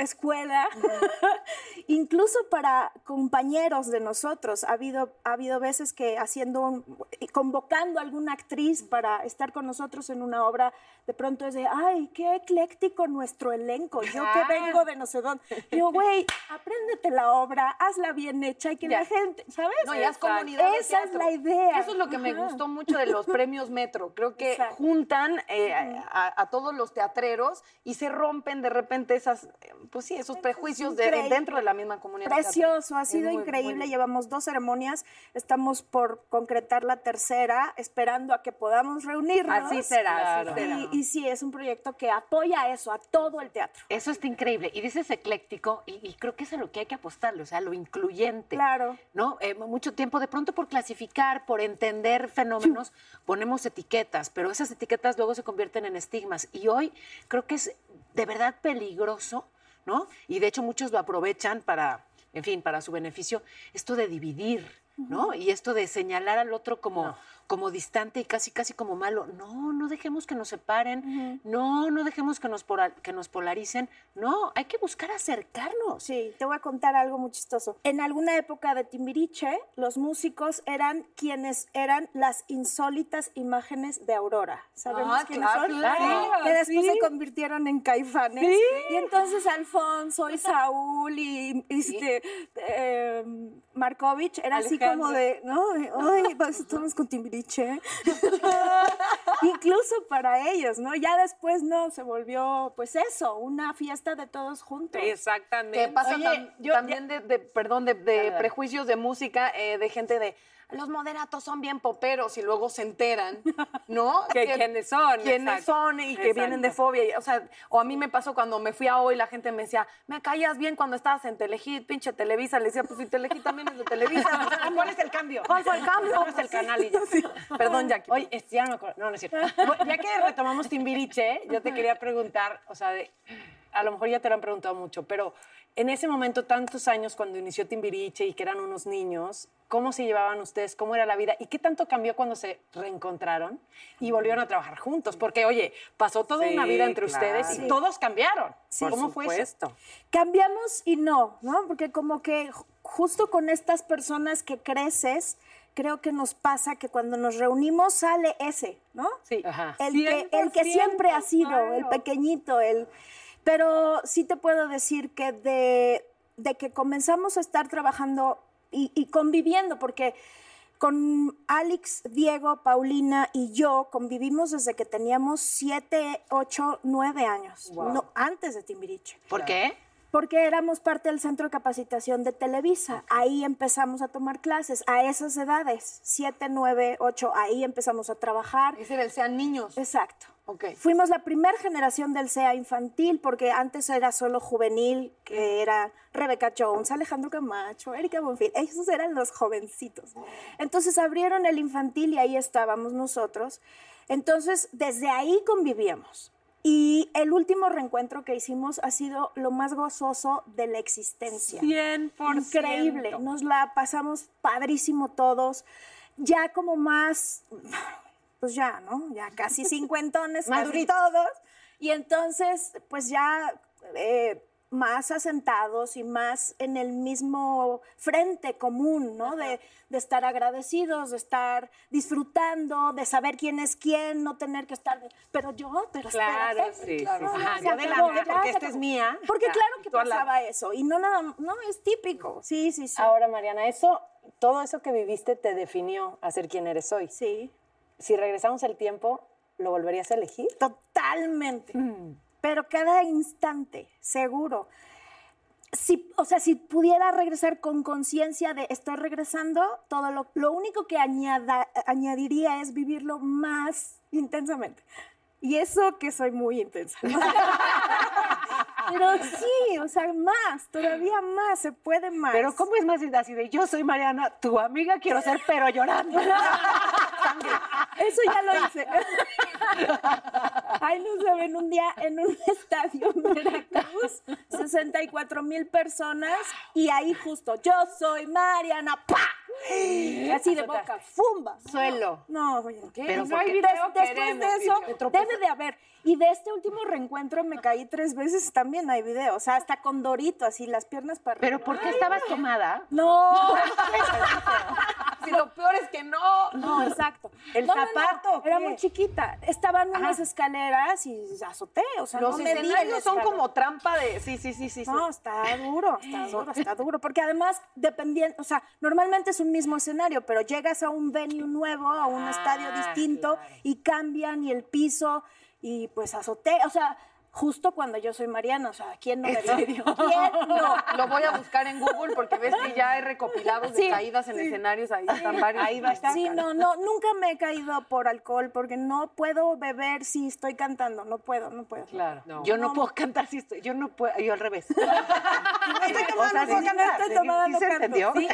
Speaker 7: escuela, incluso para compañeros de nosotros. Ha habido, ha habido veces que haciendo, un- convocando a alguna actriz para estar con nosotros en una obra, de pronto es de, ay, qué ecléctico nuestro elenco, yo
Speaker 4: Ah.
Speaker 7: que vengo de no sé dónde. Digo, güey, apréndete la obra, hazla bien hecha y que la gente, ¿sabes?
Speaker 4: No, y haz comunidad de
Speaker 7: Esa es
Speaker 4: teatro.
Speaker 7: la idea.
Speaker 4: Eso es lo que me
Speaker 7: Ajá.
Speaker 4: gustó mucho de los premios Metro. Creo que
Speaker 7: Exacto.
Speaker 4: juntan eh, a, a todos los teatreros y se rompen de repente esas, eh, pues sí, esos prejuicios de-
Speaker 7: increíble.
Speaker 4: dentro de la misma comunidad. de teatro.
Speaker 7: Precioso, ha
Speaker 4: Es
Speaker 7: sido
Speaker 4: muy- muy
Speaker 7: increíble.
Speaker 4: lindo.
Speaker 7: Llevamos dos ceremonias, estamos por concretar la tercera, esperando a que podamos reunirnos.
Speaker 3: Así será, así
Speaker 7: Y-
Speaker 3: será.
Speaker 7: Y, sí, es un proyecto que apoya eso, a todo el teatro.
Speaker 5: Eso está increíble. Y dices ecléctico, y, y creo que es a lo que hay que apostarle, o sea, a lo incluyente.
Speaker 7: Claro.
Speaker 5: ¿No? Eh, mucho tiempo, de pronto por clasificar, por entender fenómenos, ponemos etiquetas, pero esas etiquetas luego se convierten en estigmas. Y hoy creo que es de verdad peligroso, ¿no? Y de hecho muchos lo aprovechan para, en fin, para su beneficio, esto de dividir, ¿no? Y esto de señalar al otro como, como distante y casi, casi como malo. No, no dejemos que nos separen, no, no dejemos que nos, pora- que nos polaricen. No, hay que buscar acercarnos.
Speaker 7: Sí, te voy a contar algo muy chistoso. En alguna época de Timbiriche, los músicos eran quienes eran las insólitas imágenes de Aurora. ¿Sabemos
Speaker 4: Ah,
Speaker 7: quiénes
Speaker 4: claro,
Speaker 7: son?
Speaker 4: claro,
Speaker 7: Que después
Speaker 4: sí.
Speaker 7: se convirtieron en caifanes. Y entonces Alfonso y Saúl y este, eh, Markovich era así como de, no, De, "Ay, pues estamos con Timbiriche. Incluso para ellos, ¿no? Ya después no, se volvió pues eso, una fiesta de todos juntos.
Speaker 3: Exactamente.
Speaker 4: Que pasa tam-
Speaker 3: yo-
Speaker 4: también de, de- perdón, de, de prejuicios de música, eh, de gente de los moderatos son bien poperos y luego se enteran, ¿no?
Speaker 3: Que quiénes son,
Speaker 4: Quiénes
Speaker 3: exacto.
Speaker 4: son y que vienen de
Speaker 3: Exacto.
Speaker 4: fobia. y, O sea, o a mí me pasó cuando me fui a hoy, la gente me decía, me caías bien cuando estabas en Telehit, pinche Televisa. Le decía, pues si Telehit también es de Televisa. "Ah, ¿Cuál es el cambio? ¿Cuál fue el cambio?
Speaker 5: Pues Vamos al canal y ya.
Speaker 4: Perdón, Jackie.
Speaker 5: Oye, este, ya no me acuerdo. No, no es cierto. Bueno, Ya que retomamos Timbiriche, yo te quería preguntar, o sea, de- a lo mejor ya te lo han preguntado mucho, pero en ese momento, tantos años cuando inició Timbiriche y que eran unos niños, ¿cómo se llevaban ustedes? ¿Cómo era la vida? ¿Y qué tanto cambió cuando se reencontraron y volvieron a trabajar juntos? Porque, oye, pasó toda
Speaker 3: Sí,
Speaker 5: una vida entre
Speaker 3: claro.
Speaker 5: ustedes y
Speaker 3: Sí.
Speaker 5: todos cambiaron. ¿Cómo fue eso?
Speaker 3: supuesto.
Speaker 7: cambiamos y no, ¿no? Porque como que ju- justo con estas personas que creces, creo que nos pasa que cuando nos reunimos sale ese, ¿no?
Speaker 5: Sí. Ajá.
Speaker 7: El que, el que siempre ha sido, el pequeñito, el... Pero sí te puedo decir que de, de que comenzamos a estar trabajando y, y conviviendo, porque con Alex, Diego, Paulina y yo convivimos desde que teníamos 7, 8, 9 años, no, antes de Timbiriche
Speaker 5: ¿Por qué?
Speaker 7: porque éramos parte del centro de capacitación de Televisa. Ahí empezamos a tomar clases a esas edades, 7, 9, 8, ahí empezamos a trabajar.
Speaker 4: Ese era el sean niños.
Speaker 7: Exacto.
Speaker 4: Ok.
Speaker 7: Fuimos la primera generación del CEA infantil, porque antes era solo juvenil, que era Rebeca Jones, Alejandro Camacho, Erika Bonfil, esos eran los jovencitos. Entonces abrieron el infantil y ahí estábamos nosotros. Entonces, desde ahí convivíamos. Y el último reencuentro que hicimos ha sido lo más gozoso de la existencia.
Speaker 3: 100%.
Speaker 7: Increíble, nos la pasamos padrísimo todos, ya como más, pues ya, ¿no? Ya casi cincuentones, casi
Speaker 5: Maduritos.
Speaker 7: todos. Y entonces, pues ya eh, más asentados y más en el mismo frente común, ¿no? De, de estar agradecidos, de estar disfrutando, de saber quién es quién, no tener que estar, pero yo, pero
Speaker 3: Claro,
Speaker 7: espérate,
Speaker 3: sí,
Speaker 7: no,
Speaker 3: sí, sí.
Speaker 7: no,
Speaker 5: Ajá,
Speaker 7: se
Speaker 5: ya
Speaker 7: acabó,
Speaker 5: adelante,
Speaker 7: ya
Speaker 5: porque
Speaker 7: se
Speaker 5: esta es
Speaker 7: acabó.
Speaker 5: mía.
Speaker 7: Porque
Speaker 5: Ya.
Speaker 7: claro que
Speaker 5: Y tú al lado.
Speaker 7: pasaba eso, y no nada, no, es típico. Sí, sí, sí.
Speaker 5: Ahora, Mariana, eso, todo eso que viviste te definió a ser quien eres hoy.
Speaker 7: Sí,
Speaker 5: Si regresamos el tiempo, ¿lo volverías a elegir?
Speaker 7: totalmente. Pero cada instante, seguro. Si, o sea, si pudiera regresar con conciencia de estoy regresando, todo lo, lo único que añada- añadiría es vivirlo más intensamente. Y eso que soy muy intensa. Pero sí, o sea, más, todavía más, se puede más.
Speaker 5: Pero ¿cómo es más así de yo soy Mariana, tu amiga quiero ser, pero llorando?
Speaker 7: Eso ya lo hice. Ahí nos saben un día en un estadio en Veracruz, 64 mil personas, y ahí justo, yo soy Mariana, ¡pa! Así de boca, fumba.
Speaker 3: Suelo.
Speaker 7: No, oye.
Speaker 3: Pero
Speaker 7: no
Speaker 3: ¿por
Speaker 7: hay
Speaker 3: qué?
Speaker 7: video.
Speaker 3: Creo que
Speaker 7: después
Speaker 3: queremos
Speaker 7: de eso,
Speaker 3: video.
Speaker 7: debe de haber. Y de este último reencuentro me caí tres veces, también hay video. O sea, hasta con Dorito, así las piernas para arriba.
Speaker 5: ¿Pero por qué estabas tomada?
Speaker 7: No,
Speaker 4: Si lo peor es que no.
Speaker 7: no, exacto.
Speaker 5: ¿El
Speaker 7: No, no, no,
Speaker 5: zapato o
Speaker 7: Era
Speaker 5: qué?
Speaker 7: muy chiquita. Estaban unas escaleras y azoté. O sea,
Speaker 4: Los
Speaker 7: no me di el
Speaker 4: escenarios son
Speaker 7: escalón.
Speaker 4: como trampa de. Sí, sí, sí, sí. sí.
Speaker 7: No, está duro, está duro, está duro. Porque además, dependiendo, o sea, normalmente es un mismo escenario, pero llegas a un venue nuevo, a un estadio
Speaker 4: Ah,
Speaker 7: distinto, y cambian y el piso, y pues azoté. O sea, justo cuando yo soy Mariana, o sea, ¿quién no me vio? ¿Quién no?
Speaker 4: Lo voy a buscar en Google porque ves que ya he recopilado de caídas en escenarios. Ahí están varios. Ahí va a
Speaker 7: Sí, no, no, nunca me he caído por alcohol porque no puedo beber si estoy cantando, no puedo, no puedo.
Speaker 5: Claro. Yo no, puedo cantar si estoy. Yo no puedo. Yo al revés.
Speaker 2: No estoy tomando, no
Speaker 5: sea,
Speaker 2: puedo
Speaker 5: sí,
Speaker 2: cantar.
Speaker 7: estoy tomada,
Speaker 5: ¿Sí
Speaker 7: no
Speaker 5: se
Speaker 7: canto.
Speaker 5: entendió?
Speaker 7: Sí,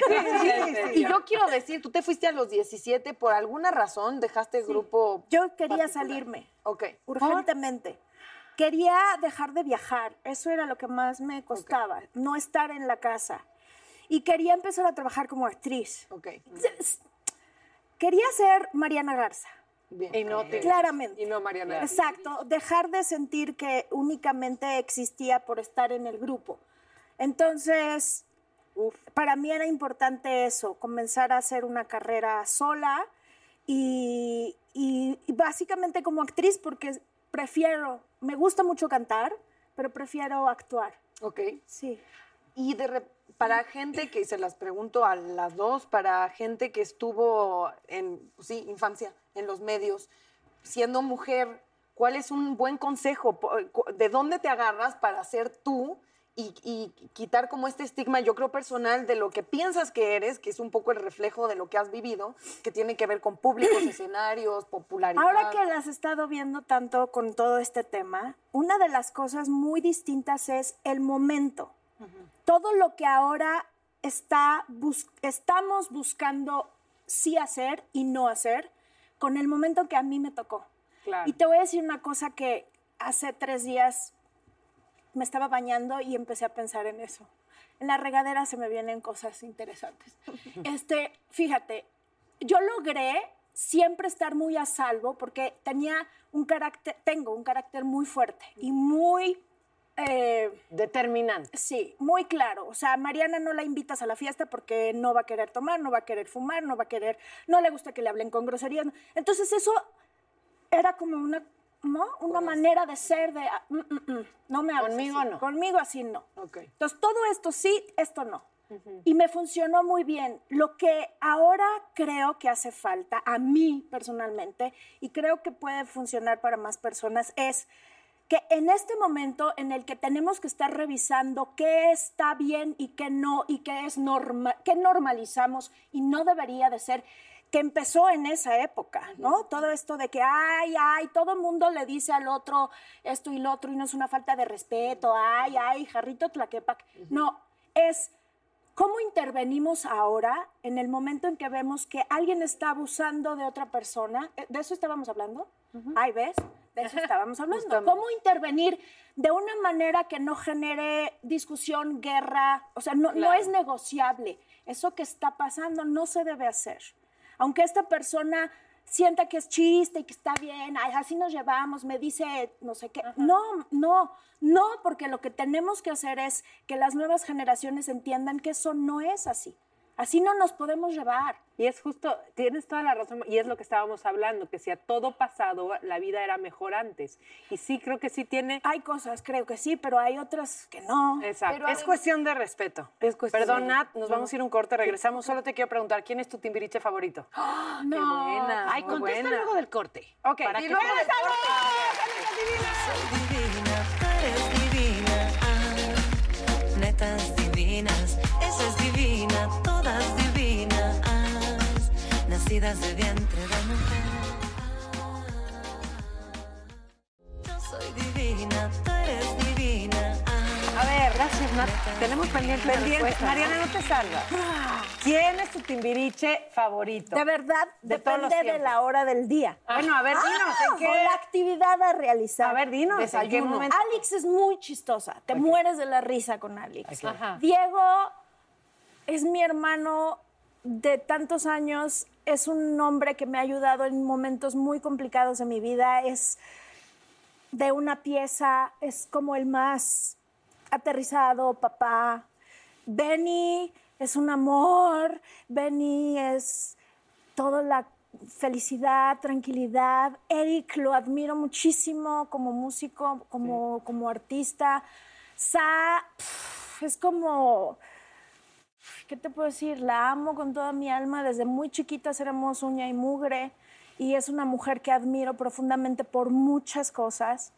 Speaker 4: Sí, Y yo quiero decir, tú te fuiste a los 17, por alguna razón dejaste el grupo.
Speaker 7: Yo quería
Speaker 4: particular.
Speaker 7: salirme.
Speaker 4: Ok.
Speaker 7: urgentemente. Quería dejar de viajar, eso era lo que más me costaba, no estar en la casa. Y quería empezar a trabajar como actriz.
Speaker 4: Ok.
Speaker 7: Quería ser Mariana Garza,
Speaker 4: Bien.
Speaker 3: Y no te-
Speaker 7: claramente.
Speaker 3: Y no Mariana.
Speaker 7: Exacto, dejar de sentir que únicamente existía por estar en el grupo. Entonces, para mí era importante eso, comenzar a hacer una carrera sola y, y- y básicamente como actriz, porque prefiero, me gusta mucho cantar, pero prefiero actuar.
Speaker 4: Ok.
Speaker 7: Sí.
Speaker 4: Y de re- para gente que, se las pregunto a las dos, para gente que estuvo en, pues sí, infancia, en los medios, siendo mujer, ¿cuál es un buen consejo? Po- cu- ¿De dónde te agarras para ser tú y, y quitar como este estigma, yo creo, personal de lo que piensas que eres, que es un poco el reflejo de lo que has vivido, que tiene que ver con públicos, escenarios, popularidad?
Speaker 7: Ahora que las he estado viendo tanto con todo este tema, una de las cosas muy distintas es el momento. Todo lo que ahora está bus- estamos buscando sí hacer y no hacer, con el momento que a mí me tocó.
Speaker 3: Claro.
Speaker 7: Y te voy a decir una cosa que hace tres días me estaba bañando y empecé a pensar en eso. En la regadera se me vienen cosas interesantes. Este, fíjate, yo logré siempre estar muy a salvo porque tenía un carácter, tengo un carácter muy fuerte y muy eh,
Speaker 5: Determinante.
Speaker 7: Sí, muy claro. O sea, Mariana no la invitas a la fiesta porque no va a querer tomar, no va a querer fumar, no va a querer, no le gusta que le hablen con groserías. Entonces eso era como una, ¿no? Una manera de ser de, ah, mm, mm, mm, no me hables
Speaker 5: Conmigo
Speaker 7: así.
Speaker 5: no.
Speaker 7: Conmigo así no.
Speaker 4: Ok.
Speaker 7: Entonces todo esto sí, esto no. Y me funcionó muy bien. Lo que ahora creo que hace falta a mí personalmente y creo que puede funcionar para más personas es que en este momento en el que tenemos que estar revisando qué está bien y qué no y qué es normal, qué normalizamos y no debería de ser que empezó en esa época, ¿no? Todo esto de que ay, ay, todo el mundo le dice al otro esto y lo otro y no es una falta de respeto, ay, ay, jarrito tlaquepac. No, es ¿Cómo intervenimos ahora en el momento en que vemos que alguien está abusando de otra persona? Eh, ¿De eso estábamos hablando? Ahí ves, de eso estábamos hablando. ¿Cómo intervenir de una manera que no genere discusión, guerra? O sea, no, no es negociable. Eso que está pasando no se debe hacer. Aunque esta persona sienta que es chiste y que está bien, ay, así nos llevamos, me dice no sé qué. No, no, no, porque lo que tenemos que hacer es que las nuevas generaciones entiendan que eso no es así. Así no nos podemos llevar.
Speaker 3: Y es justo, tienes toda la razón, y es lo que estábamos hablando, que si a todo pasado la vida era mejor antes. Y sí, creo que sí tiene...
Speaker 7: Hay cosas, creo que sí, pero hay otras que no.
Speaker 3: Exacto.
Speaker 5: Es cuestión de respeto. Es
Speaker 4: cuestión
Speaker 5: Perdón,
Speaker 4: de-
Speaker 5: Nat, nos vamos a ir un corte, regresamos. Solo te quiero preguntar, ¿quién es tu timbiriche favorito?
Speaker 4: ¡Ah! no. buena,
Speaker 5: Ay,
Speaker 4: muy
Speaker 5: contesta
Speaker 4: buena.
Speaker 5: luego del corte. Ok.
Speaker 4: Para que todo el corte-
Speaker 1: Soy divina, tú eres divina. Ah, netas divinas, eso es divina, todas divinas. nacidas de vientre de mujer. Ah, yo soy divina, tú eres divina. Ah,
Speaker 5: A ver, gracias, Nat. Tenemos pendiente.
Speaker 1: Pendiente.
Speaker 5: Mariana, no te salgas. ¿Quién es tu timbiriche favorito?
Speaker 7: De verdad,
Speaker 5: De todos los
Speaker 7: depende de
Speaker 5: tiempos. Ah.
Speaker 7: la hora del día.
Speaker 5: Bueno, a ver, dinos, ¿en
Speaker 7: O
Speaker 5: qué?
Speaker 7: la actividad a realizar.
Speaker 5: A ver, dinos, ¿en qué
Speaker 7: Desayuno.
Speaker 5: momento?
Speaker 7: Alex es muy chistosa. Te mueres de la risa con Alex.
Speaker 5: Ajá.
Speaker 7: Diego es mi hermano de tantos años, es un hombre que me ha ayudado en momentos muy complicados de mi vida, es de una pieza, es como el más aterrizado, papá. Benny es un amor, Benny es toda la felicidad, tranquilidad. Eric lo admiro muchísimo como músico, como, como artista. Sa pf, es como, ¿qué te puedo decir? La amo con toda mi alma. Desde muy chiquitas éramos uña y mugre. Y es una mujer que admiro profundamente por muchas cosas.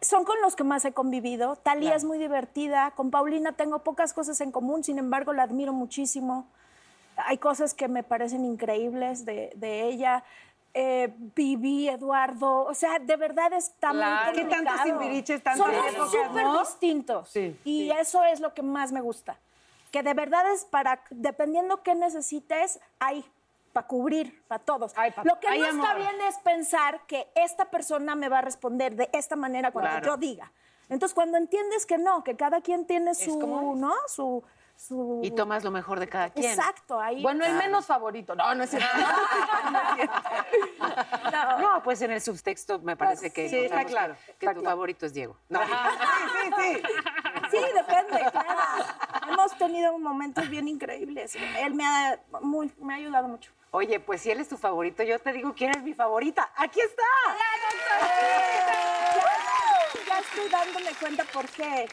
Speaker 7: Son con los que más he convivido. Talía es muy divertida. Con Paulina tengo pocas cosas en común, sin embargo, la admiro muchísimo hay cosas que me parecen increíbles de, de ella. Eh, Vivi, Eduardo, o sea, de verdad está
Speaker 5: Claro.
Speaker 7: muy
Speaker 5: ¿Qué tantos
Speaker 7: complicado.
Speaker 5: timbiriches, tantas
Speaker 7: Somos
Speaker 5: épocas,
Speaker 7: súper
Speaker 5: ¿no?
Speaker 7: distintos.
Speaker 5: Sí,
Speaker 7: y
Speaker 5: sí.
Speaker 7: eso es lo que más me gusta. Que de verdad es para, dependiendo qué necesites, hay para cubrir, para todos. lo que
Speaker 5: hay
Speaker 7: no está
Speaker 5: amor.
Speaker 7: bien es pensar que esta persona me va a responder de esta manera cuando
Speaker 5: Claro.
Speaker 7: yo diga. Entonces, cuando entiendes que no, que cada quien tiene su,
Speaker 5: como es.
Speaker 7: ¿no? Su, su...
Speaker 5: Y tomas lo mejor de cada quien.
Speaker 7: Exacto, ahí.
Speaker 4: Bueno, el menos favorito. No, no es cierto.
Speaker 5: No, pues en el subtexto me parece que.
Speaker 4: Sí, está
Speaker 5: encontramos
Speaker 4: claro,
Speaker 5: Que, que
Speaker 4: está
Speaker 5: tu
Speaker 4: claro.
Speaker 5: favorito es Diego. No.
Speaker 2: Sí, sí, sí.
Speaker 7: Sí, depende, claro. Hemos tenido momentos bien increíbles. Él me ha, muy, me ha ayudado mucho.
Speaker 5: Oye, pues si él es tu favorito, yo te digo quién es mi favorita. ¡Aquí está!
Speaker 7: Ya, ya estoy dándome cuenta por qué.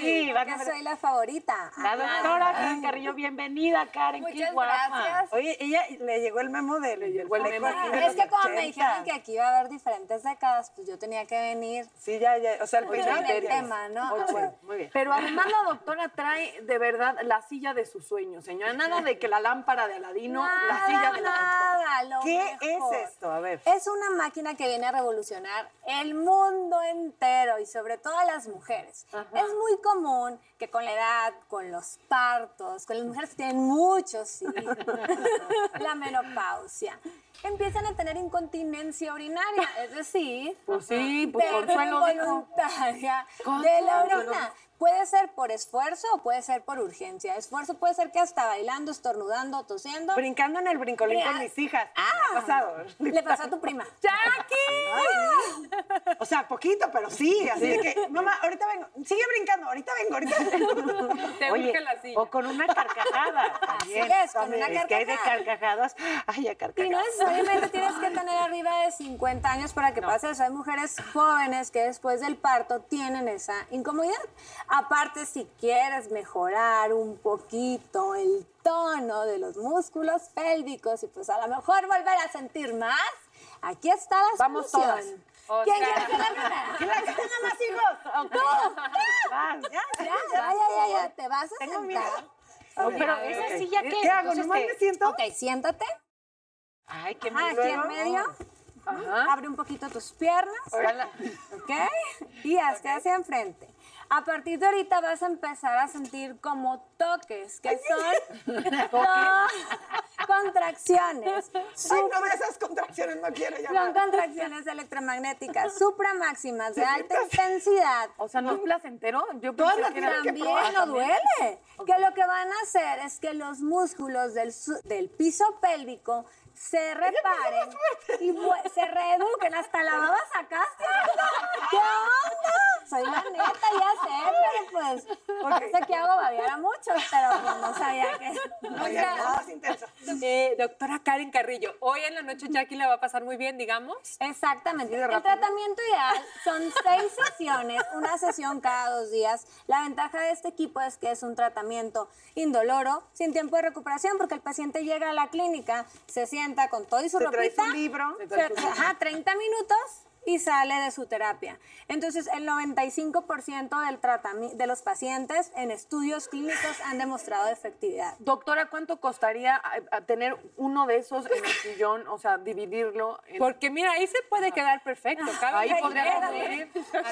Speaker 5: Sí, van a ver.
Speaker 8: soy la favorita.
Speaker 5: La doctora Karen Carrillo, bienvenida, Karen. qué
Speaker 8: ah, Muchas
Speaker 5: guapa.
Speaker 8: gracias.
Speaker 2: Oye, ella le llegó el memo de. Le llegó el memo.
Speaker 8: Ah, es que como me dijeron que aquí iba a haber diferentes décadas, pues yo tenía que venir
Speaker 2: Sí, ya, ya. O sea, el
Speaker 8: con
Speaker 2: peinado.
Speaker 8: el tema, ¿no?
Speaker 5: Muy bien.
Speaker 4: Pero además la doctora trae de verdad la silla de sus sueños, señora. Nada de que la lámpara de Aladino, la silla de la doctora.
Speaker 8: nada, lo
Speaker 2: ¿Qué
Speaker 8: mejor.
Speaker 2: es esto? A ver.
Speaker 8: Es una máquina que viene a revolucionar el mundo entero y sobre todo a las mujeres. Es muy común que con la edad, con los partos, con las mujeres que tienen muchos hijos, la menopausia, empiezan a tener incontinencia urinaria, es decir,
Speaker 4: Pues sí, pues
Speaker 8: pérdida
Speaker 4: consuelo dijo.
Speaker 8: involuntaria de la orina. Puede ser por esfuerzo o puede ser por urgencia. Esfuerzo puede ser que hasta bailando, estornudando, tosiendo.
Speaker 2: Brincando en el brincolín con
Speaker 8: Mira.
Speaker 2: mis hijas.
Speaker 8: Ah.
Speaker 2: Me ha pasado.
Speaker 8: Le pasó a tu prima. ¡Jackie!
Speaker 2: O sea, poquito, pero sí. Así de que, mamá, ahorita vengo. Sigue brincando, ahorita vengo, ahorita vengo.
Speaker 3: Te
Speaker 5: Oye,
Speaker 3: urge la silla.
Speaker 5: o con una carcajada.
Speaker 8: Así
Speaker 5: también.
Speaker 8: es, con una
Speaker 5: Es que hay de
Speaker 8: carcajada.
Speaker 5: carcajadas. Ay,
Speaker 8: Y
Speaker 5: a
Speaker 8: no
Speaker 5: carcajadas.
Speaker 8: necesariamente tienes que tener arriba de 50 años para que pase eso. Hay mujeres jóvenes que después del parto tienen esa incomodidad. Aparte, si quieres mejorar un poquito el tono de los músculos pélvicos y pues a lo mejor volver a sentir más, aquí está la
Speaker 4: Vamos
Speaker 8: solución.
Speaker 3: todas. O
Speaker 8: ¿Quién
Speaker 3: sea-
Speaker 8: quiere ser la primera?
Speaker 2: ¡Que la que tenga más hijos!
Speaker 8: ¡Tú!
Speaker 5: Ah,
Speaker 2: Ya,
Speaker 8: Ya,
Speaker 2: ya,
Speaker 8: ya, ya, ya, te vas a
Speaker 2: Tengo miedo.
Speaker 8: sentar. Oh,
Speaker 5: no, pero esa silla que.
Speaker 2: ¿Qué hago?
Speaker 5: Entonces,
Speaker 2: ¿Nomás
Speaker 5: te-
Speaker 2: me siento?
Speaker 8: Ok, siéntate.
Speaker 5: Ay, qué
Speaker 8: Ajá, aquí en medio. Ajá. Abre un poquito tus piernas. ¿Ok? Y hazte hacia enfrente. A partir de ahorita vas a empezar a sentir como toques, que son to- contracciones.
Speaker 2: Ay, no, de esas contracciones no quiero ya.
Speaker 8: Son contracciones electromagnéticas supramáximas de alta intensidad
Speaker 4: O sea, no es placentero. Yo
Speaker 2: Todas
Speaker 4: pensé
Speaker 2: las
Speaker 4: que
Speaker 2: tienen
Speaker 4: era
Speaker 2: que
Speaker 8: también
Speaker 2: probar
Speaker 8: no duele. Que lo que van a hacer es que los músculos del, su- del piso pélvico se reparen y vu- se reeduquen. Hasta la baba sacaste. ¿Qué onda? Soy la neta, ya sé, pero pues, porque sé que hago babear a muchos, pero pues, no sabía que...
Speaker 2: Oye, nada más intenso.
Speaker 3: Eh, doctora Karen Carrillo, hoy en la noche Jackie la va a pasar muy bien, digamos.
Speaker 8: Exactamente. El tratamiento ideal son seis sesiones, una sesión cada dos días. La ventaja de este equipo es que es un tratamiento indoloro, sin tiempo de recuperación, porque el paciente llega a la clínica, se sienta con todo y su
Speaker 2: Se trae
Speaker 8: ropita.
Speaker 2: su libro.
Speaker 8: se- ajá, 30 minutos y sale de su terapia. Entonces, el 95% del tratami- de los pacientes en estudios clínicos han demostrado efectividad.
Speaker 4: Doctora, ¿cuánto costaría eh, a- a tener uno de esos en el sillón? O sea, dividirlo. En...
Speaker 3: Porque mira, ahí se puede quedar perfecto. cada
Speaker 4: Ahí
Speaker 3: quien
Speaker 4: podríamos
Speaker 3: quiera,
Speaker 4: vivir.
Speaker 3: Ah.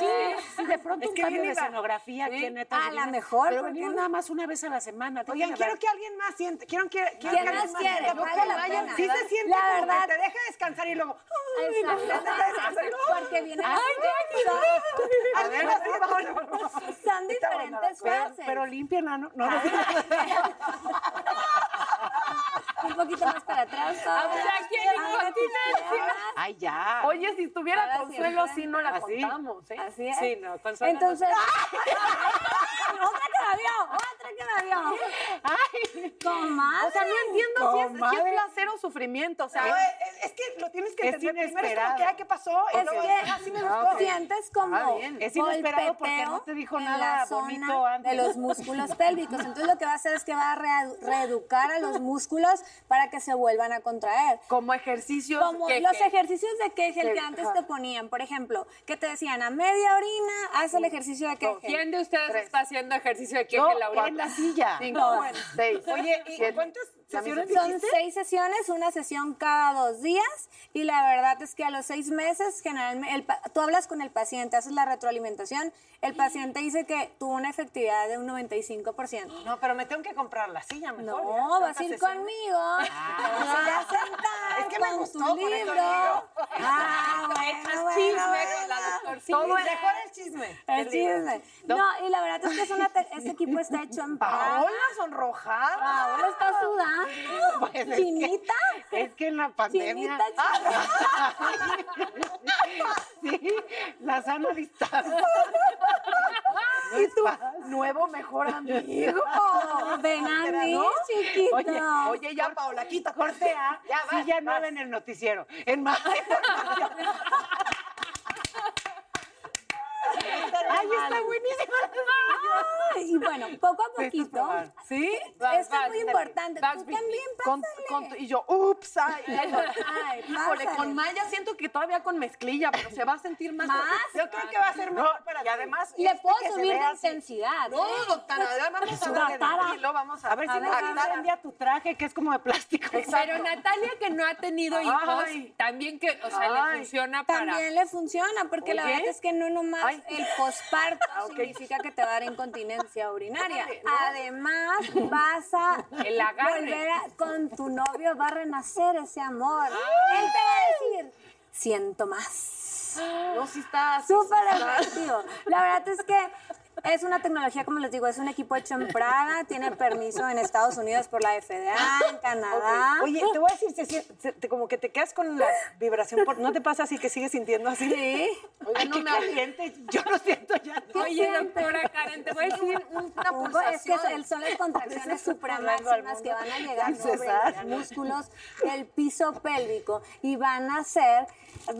Speaker 5: Sí, de pronto un cambio de escenografía aquí en Neta
Speaker 8: A la
Speaker 5: Divina.
Speaker 8: mejor,
Speaker 5: Pero
Speaker 8: ¿por
Speaker 5: venimos
Speaker 8: qué
Speaker 5: nada más una vez a la semana.
Speaker 2: Oigan,
Speaker 5: díganme,
Speaker 2: quiero
Speaker 5: ¿verdad?
Speaker 2: que alguien más sienta. Quiero, quiero, quiero
Speaker 8: ¿Quién
Speaker 2: que alguien
Speaker 8: más quiere?
Speaker 2: sienta,
Speaker 8: Vale la
Speaker 2: porque
Speaker 8: pena.
Speaker 2: Sí se siente
Speaker 8: La
Speaker 2: como
Speaker 8: verdad-
Speaker 2: que te deja descansar y luego... ay, no,
Speaker 8: Exacto.
Speaker 2: te deja descansar y luego,
Speaker 8: Porque viene la
Speaker 2: A ver, así, vámonos.
Speaker 8: son diferentes
Speaker 2: Pero-
Speaker 8: fases.
Speaker 5: Pero límpiala, ¿no? No, no.
Speaker 8: Un poquito más para atrás.
Speaker 3: Habla aquí en incontinencia.
Speaker 5: Ay, ya.
Speaker 4: Oye, si estuviera
Speaker 8: Ahora
Speaker 4: Consuelo
Speaker 8: sí,
Speaker 4: así, no la
Speaker 5: ¿Así?
Speaker 4: contamos, ¿eh?
Speaker 8: Así es.
Speaker 3: Sí, no, Consuelo. no.
Speaker 8: Entonces, otra que la vio, otra que la vio.
Speaker 4: Ay.
Speaker 8: Comadre.
Speaker 4: O sea, no entiendo si es, si es
Speaker 5: Comadre.
Speaker 4: placer o sufrimiento, o sea...
Speaker 2: No, eh, es, es que lo tienes que
Speaker 5: Es
Speaker 2: entender. Primero es como
Speaker 5: inesperado.
Speaker 2: que, ah, ¿qué pasó? Y
Speaker 8: Es
Speaker 2: luego,
Speaker 8: que
Speaker 2: ah, sí me gustó.
Speaker 8: sientes como
Speaker 4: Ah, bien.
Speaker 5: Es inesperado porque
Speaker 8: golpeteo
Speaker 5: no te dijo
Speaker 8: en
Speaker 5: nada
Speaker 8: la zona
Speaker 5: bonito antes.
Speaker 8: de los músculos pélvicos. Entonces lo que va a hacer es que va a reedu- reeducar a los músculos para que se vuelvan a contraer.
Speaker 4: Como ejercicio.
Speaker 8: Como los ejercicios de Kegel que antes te ponían, por ejemplo, que te decían a media orina, haz el ejercicio de Kegel.
Speaker 3: ¿Quién de ustedes está haciendo ejercicio aquí
Speaker 5: No,
Speaker 3: en la orilla?
Speaker 5: en la silla.
Speaker 4: Cinco,
Speaker 8: Bueno.
Speaker 4: seis.
Speaker 2: Oye, ¿y
Speaker 4: siete.
Speaker 2: cuántas sesiones
Speaker 8: Son
Speaker 2: dijiste?
Speaker 8: seis sesiones, una sesión cada dos días y la verdad es que a los seis meses generalmente el pa- tú hablas con el paciente, haces la retroalimentación, el paciente dice que tuvo una efectividad de un 95%.
Speaker 5: No, pero me tengo que comprar la silla
Speaker 8: No,
Speaker 5: mejor. ya,
Speaker 8: vas a ir
Speaker 5: tantas sesiones.
Speaker 8: conmigo, Ah, te vas a ir a sentar
Speaker 2: Es que me
Speaker 8: con
Speaker 2: gustó
Speaker 8: tu
Speaker 2: poner
Speaker 8: libro.
Speaker 2: conmigo.
Speaker 8: Ah, bueno, bueno, bueno.
Speaker 2: Todo Mejor el chisme.
Speaker 8: El chisme. No, y la verdad es que es una te- este equipo está hecho en
Speaker 5: Paola
Speaker 8: Paola.
Speaker 5: sonrojada.
Speaker 8: Paola está sudando.
Speaker 5: Pues es que-
Speaker 8: Chinita.
Speaker 5: Es que en la pandemia. Ah.
Speaker 8: Chinita, chinita.
Speaker 5: Sí, la sana distancia. No es fácil.
Speaker 4: Nuevo mejor amigo.
Speaker 8: Ven a mí, chiquito.
Speaker 5: Oye,
Speaker 2: Oye, ya, Paola, quita.
Speaker 5: Corte A,
Speaker 2: Ya, vas,
Speaker 5: silla
Speaker 2: vas.
Speaker 5: nueva en el noticiero. En más información. Ay, está buenísimo.
Speaker 8: Ay, y bueno, poco a
Speaker 5: Necesitas
Speaker 8: poquito.
Speaker 5: probar.
Speaker 4: ¿Sí?
Speaker 8: Esto es muy importante. Tú también
Speaker 4: Con-
Speaker 8: pásale.
Speaker 4: con tu- y yo, ups, ay, ay, no.
Speaker 8: Ay,
Speaker 4: Híjole,
Speaker 8: pásale.
Speaker 4: con Maya siento que todavía con mezclilla, pero se va a sentir más.
Speaker 8: Más.
Speaker 2: Yo creo que va a ser mejor para ti.
Speaker 5: Y además,
Speaker 8: Le
Speaker 5: este
Speaker 8: puedo
Speaker 5: que se
Speaker 8: subir
Speaker 5: ve
Speaker 8: de
Speaker 5: así.
Speaker 8: intensidad.
Speaker 4: No,
Speaker 8: ¿eh?
Speaker 4: doctora, ya vamos a hablar de
Speaker 8: Doctora.
Speaker 4: tranquilo, vamos a,
Speaker 5: A ver si
Speaker 4: no
Speaker 5: nos sirve un día tu traje, que es como de plástico.
Speaker 3: Pero Natalia, que no ha tenido hijos,
Speaker 4: Ay.
Speaker 3: pues también que, o sea, le
Speaker 4: Ay.
Speaker 3: funciona para.
Speaker 8: También le funciona, porque la
Speaker 4: Oye.
Speaker 8: verdad es que no nomás
Speaker 4: Ay.
Speaker 8: el posparto
Speaker 3: Ah,
Speaker 8: significa que te va a dar incontinencia urinaria. Además, vas a
Speaker 3: El agarre.
Speaker 8: volver a- con tu novio, va a renacer ese amor. Él te va a decir, siento más.
Speaker 4: No, si está sí,
Speaker 8: Súper
Speaker 4: sí está.
Speaker 8: efectivo. La verdad es que es una tecnología, como les digo, es un equipo hecho en Praga, tiene permiso en Estados Unidos por la FDA, en Canadá.
Speaker 5: Oye, te voy a decir, se sien- se- te- como que te quedas con la vibración, por- ¿no te pasa así que sigues sintiendo así?
Speaker 8: Sí.
Speaker 5: Oiga,
Speaker 4: Ay,
Speaker 5: no
Speaker 4: qué
Speaker 5: me caliente, yo lo siento ya.
Speaker 8: ¿Qué
Speaker 3: Oye,
Speaker 8: sientes?
Speaker 3: doctora Karen, te voy a decir
Speaker 4: Una
Speaker 8: Hugo, es que
Speaker 4: pulsación.
Speaker 8: el- son las contracciones
Speaker 5: hablando al
Speaker 8: supramáximas
Speaker 5: mundo
Speaker 8: que van a llegar
Speaker 5: sin
Speaker 8: sobre
Speaker 5: cesar.
Speaker 8: los músculos pues, del piso pélvico y van a ser,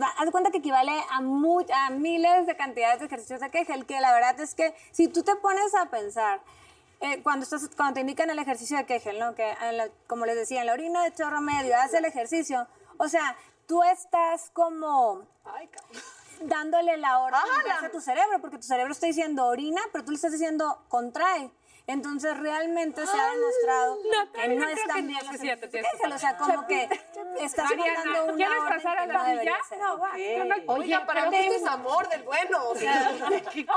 Speaker 8: va- haz de cuenta que equivale a, mu- a miles de cantidades de ejercicios de Kegel, que la verdad es que si tú te pones a pensar, eh, cuando, estás, cuando te indican el ejercicio de Kegel, ¿no? que en la- como les decía, en la orina de chorro medio, haz el ejercicio, o sea, tú estás como dándole la orden inversa a tu cerebro, porque tu cerebro está diciendo orina, pero tú le estás diciendo contrae. Entonces realmente se ha demostrado que
Speaker 3: Natalia,
Speaker 8: no
Speaker 3: creo que
Speaker 8: están
Speaker 3: no
Speaker 8: bien
Speaker 3: sé
Speaker 8: los
Speaker 3: si ya te
Speaker 8: ejercicios
Speaker 3: tienes que
Speaker 8: Kegel, o sea, como que estás
Speaker 3: Mariana,
Speaker 8: mandando una
Speaker 3: ¿quieres
Speaker 8: orden
Speaker 3: pasar a
Speaker 8: que
Speaker 3: la
Speaker 8: no debería
Speaker 3: silla?
Speaker 8: ser.
Speaker 3: No, va,
Speaker 8: Ok.
Speaker 3: no me-
Speaker 4: Oiga, para mí esto es amor del bueno. o sea.
Speaker 8: Obvio con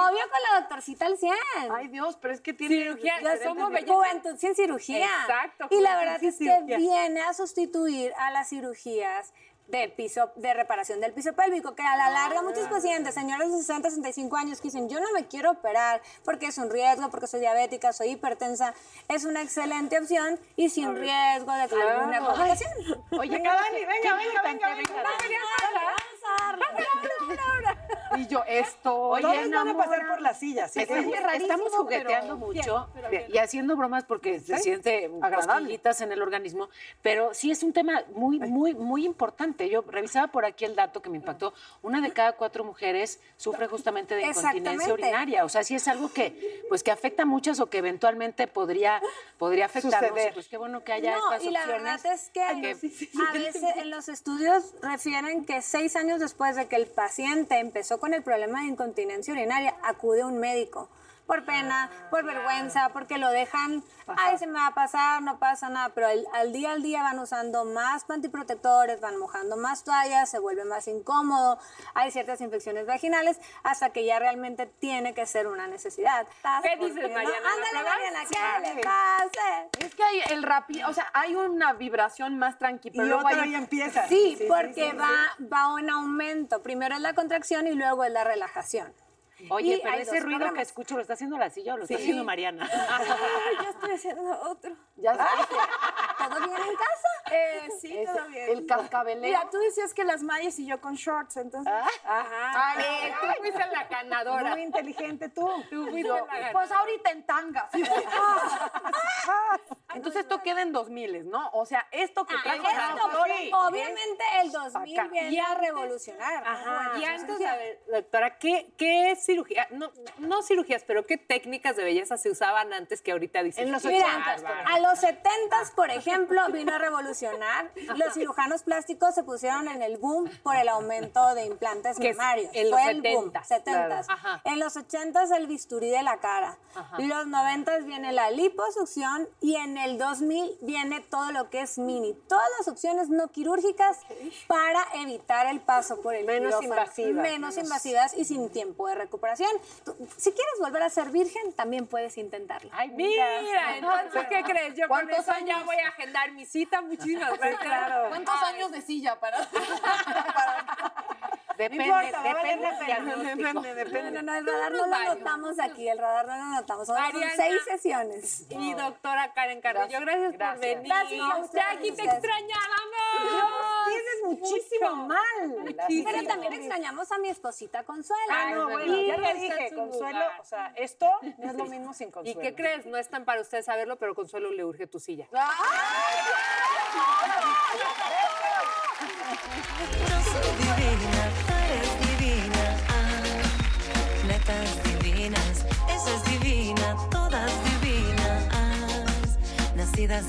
Speaker 8: la doctorcita al 100.
Speaker 4: Ay, Dios, pero es que tiene.
Speaker 3: cirugía.
Speaker 8: Ya somos belleza. Juventud sin cirugía.
Speaker 3: Exacto,
Speaker 8: Y la
Speaker 3: juventud
Speaker 8: verdad
Speaker 3: sin
Speaker 8: es que
Speaker 3: cirugía.
Speaker 8: viene a sustituir a las cirugías de piso de reparación del piso pélvico, que a la
Speaker 4: Ah.
Speaker 8: larga muchos pacientes, señores de 60, 65 años, que dicen, yo no me quiero operar porque es un riesgo, porque soy diabética, soy hipertensa, es una excelente opción y sin riesgo de alguna complicación.
Speaker 5: Oye, Dani, venga, venga, venga, venga.
Speaker 4: Y yo, esto.
Speaker 5: Todos van a pasar por las sillas.
Speaker 4: Es que es rarísimo,
Speaker 5: Estamos
Speaker 4: pero-
Speaker 5: jugueteando mucho
Speaker 4: Bien, pero
Speaker 5: y- y haciendo bromas porque se siente cosquillitas en el organismo, pero sí es un tema muy, muy, muy importante. Yo revisaba por aquí el dato que me impactó. Una de cada cuatro mujeres sufre justamente de incontinencia
Speaker 8: Exactamente.
Speaker 5: urinaria. O sea, sí es algo que, pues, que afecta a muchas o que eventualmente podría, podría afectarnos.
Speaker 2: Suceder.
Speaker 5: Pues qué bueno que haya
Speaker 8: no,
Speaker 5: estas
Speaker 8: y la
Speaker 5: opciones.
Speaker 8: verdad es que a veces en los estudios refieren que seis años después de que el paciente empezó con el problema de incontinencia urinaria, acude un médico. Por pena,
Speaker 5: Ah,
Speaker 8: por vergüenza, porque lo dejan, ay, se me va a pasar, no pasa nada, pero al, al día al día van usando más pantiprotectores, van mojando más toallas, se vuelve más incómodo, hay ciertas infecciones vaginales, hasta que ya realmente tiene que ser una necesidad.
Speaker 3: ¿Qué dices,
Speaker 8: Porque no-
Speaker 3: Mariana? ¿La
Speaker 8: Ándale,
Speaker 3: pruebas?
Speaker 8: Mariana, ¿qué le pasa?
Speaker 4: Es que hay el rápido, o sea, hay una vibración más tranquila.
Speaker 2: Y
Speaker 4: luego
Speaker 2: otro
Speaker 4: hay-
Speaker 2: ya empieza.
Speaker 8: Sí, porque va, va en aumento. Primero es la contracción y luego es la relajación.
Speaker 5: Oye,
Speaker 7: Y
Speaker 5: pero
Speaker 7: hay
Speaker 5: ese
Speaker 7: dos
Speaker 5: ruido que
Speaker 7: programas.
Speaker 5: escucho, ¿lo está haciendo la silla o lo está
Speaker 7: Sí.
Speaker 5: haciendo Mariana?
Speaker 7: Ay, yo estoy haciendo otro.
Speaker 4: ¿Ya
Speaker 8: ¿Todo bien en casa?
Speaker 7: Eh, sí,
Speaker 4: Ese,
Speaker 7: todo bien.
Speaker 4: el cascabelero.
Speaker 7: Mira, tú decías que las mayas y yo con shorts, entonces. Ajá.
Speaker 3: Ay, tú fuiste la ganadora.
Speaker 7: Muy inteligente tú.
Speaker 3: Tú fuiste
Speaker 4: Yo,
Speaker 3: la ganadora.
Speaker 4: pues ahorita en tangas. Entonces esto queda en 2000, ¿no? O sea, Ah, esto que traigo
Speaker 8: Esto,
Speaker 4: ahora, sí,
Speaker 8: obviamente el 2000 viene a revolucionar.
Speaker 3: Ajá. Y antes,
Speaker 8: de
Speaker 3: a ver, doctora, ¿qué, qué cirugía? No, no cirugías, pero ¿qué técnicas de belleza se usaban antes que ahorita dicen?
Speaker 5: En los
Speaker 3: "Qué
Speaker 8: Mira,
Speaker 3: bárbara"?
Speaker 8: a los 70s, por ejemplo, vino a revolucionar. Los cirujanos plásticos se pusieron en el boom por el aumento de implantes
Speaker 3: Que es
Speaker 8: mamarios.
Speaker 3: en los
Speaker 8: Fue el boom,
Speaker 3: 70s,
Speaker 8: 70s.
Speaker 3: claro. Ajá.
Speaker 8: En los 80s el bisturí de la cara.
Speaker 3: Ajá.
Speaker 8: Los 90s viene la liposucción y en el 2000 viene todo lo que es mini. Todas las opciones no quirúrgicas para evitar el paso por el
Speaker 5: Menos
Speaker 8: quirófano.
Speaker 5: invasivas,
Speaker 8: Menos
Speaker 5: menos-
Speaker 8: invasivas y sin tiempo de recuperación. Tú, si quieres volver a ser virgen, también puedes intentarlo.
Speaker 3: Ay, mira, entonces, ¿qué crees? Yo con eso ya voy a agendar mi cita. Muchísimas gracias.
Speaker 4: ¿Cuántos años de silla para.?
Speaker 5: Depende,
Speaker 7: importa, va a valer
Speaker 5: depende
Speaker 7: la
Speaker 5: del
Speaker 7: pena.
Speaker 5: diagnóstico.
Speaker 7: Depende, depende.
Speaker 8: No, no, no, el radar no lo
Speaker 3: Varios.
Speaker 8: anotamos aquí, el radar no lo anotamos. Ahora
Speaker 3: Mariana.
Speaker 8: son seis sesiones.
Speaker 3: Y doctora Karen Carrillo, gracias, por venir.
Speaker 8: Gracias a ustedes,
Speaker 3: Jackie, te
Speaker 8: gracias.
Speaker 3: extrañábamos.
Speaker 7: Tienes muchísimo mal.
Speaker 3: Sí,
Speaker 8: Pero
Speaker 3: sí.
Speaker 8: también extrañamos a mi esposita Consuela.
Speaker 7: Ah, no,
Speaker 3: Ay,
Speaker 7: bueno,
Speaker 3: no,
Speaker 7: ya
Speaker 3: no.
Speaker 7: lo
Speaker 3: Está en
Speaker 7: dije,
Speaker 3: su
Speaker 7: Consuelo,
Speaker 3: lugar.
Speaker 7: o sea, esto no es lo mismo sin
Speaker 3: ¿Y
Speaker 7: Consuelo.
Speaker 3: qué crees? No es tan para ustedes saberlo, pero Consuelo le urge tu silla.
Speaker 1: Yo soy divina, tú eres divina, ah, netas divinas, eso es divina, todas divinas, ah, nacidas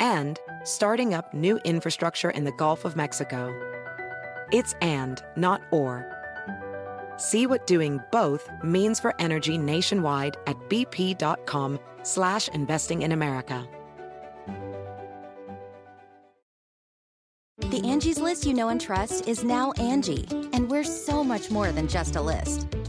Speaker 9: and starting up new infrastructure in the Gulf of Mexico. It's and, not or. See what doing both means for energy nationwide at bp.com slash investing in America.
Speaker 10: The Angie's list you know and trust is now Angie, and we're so much more than just a list.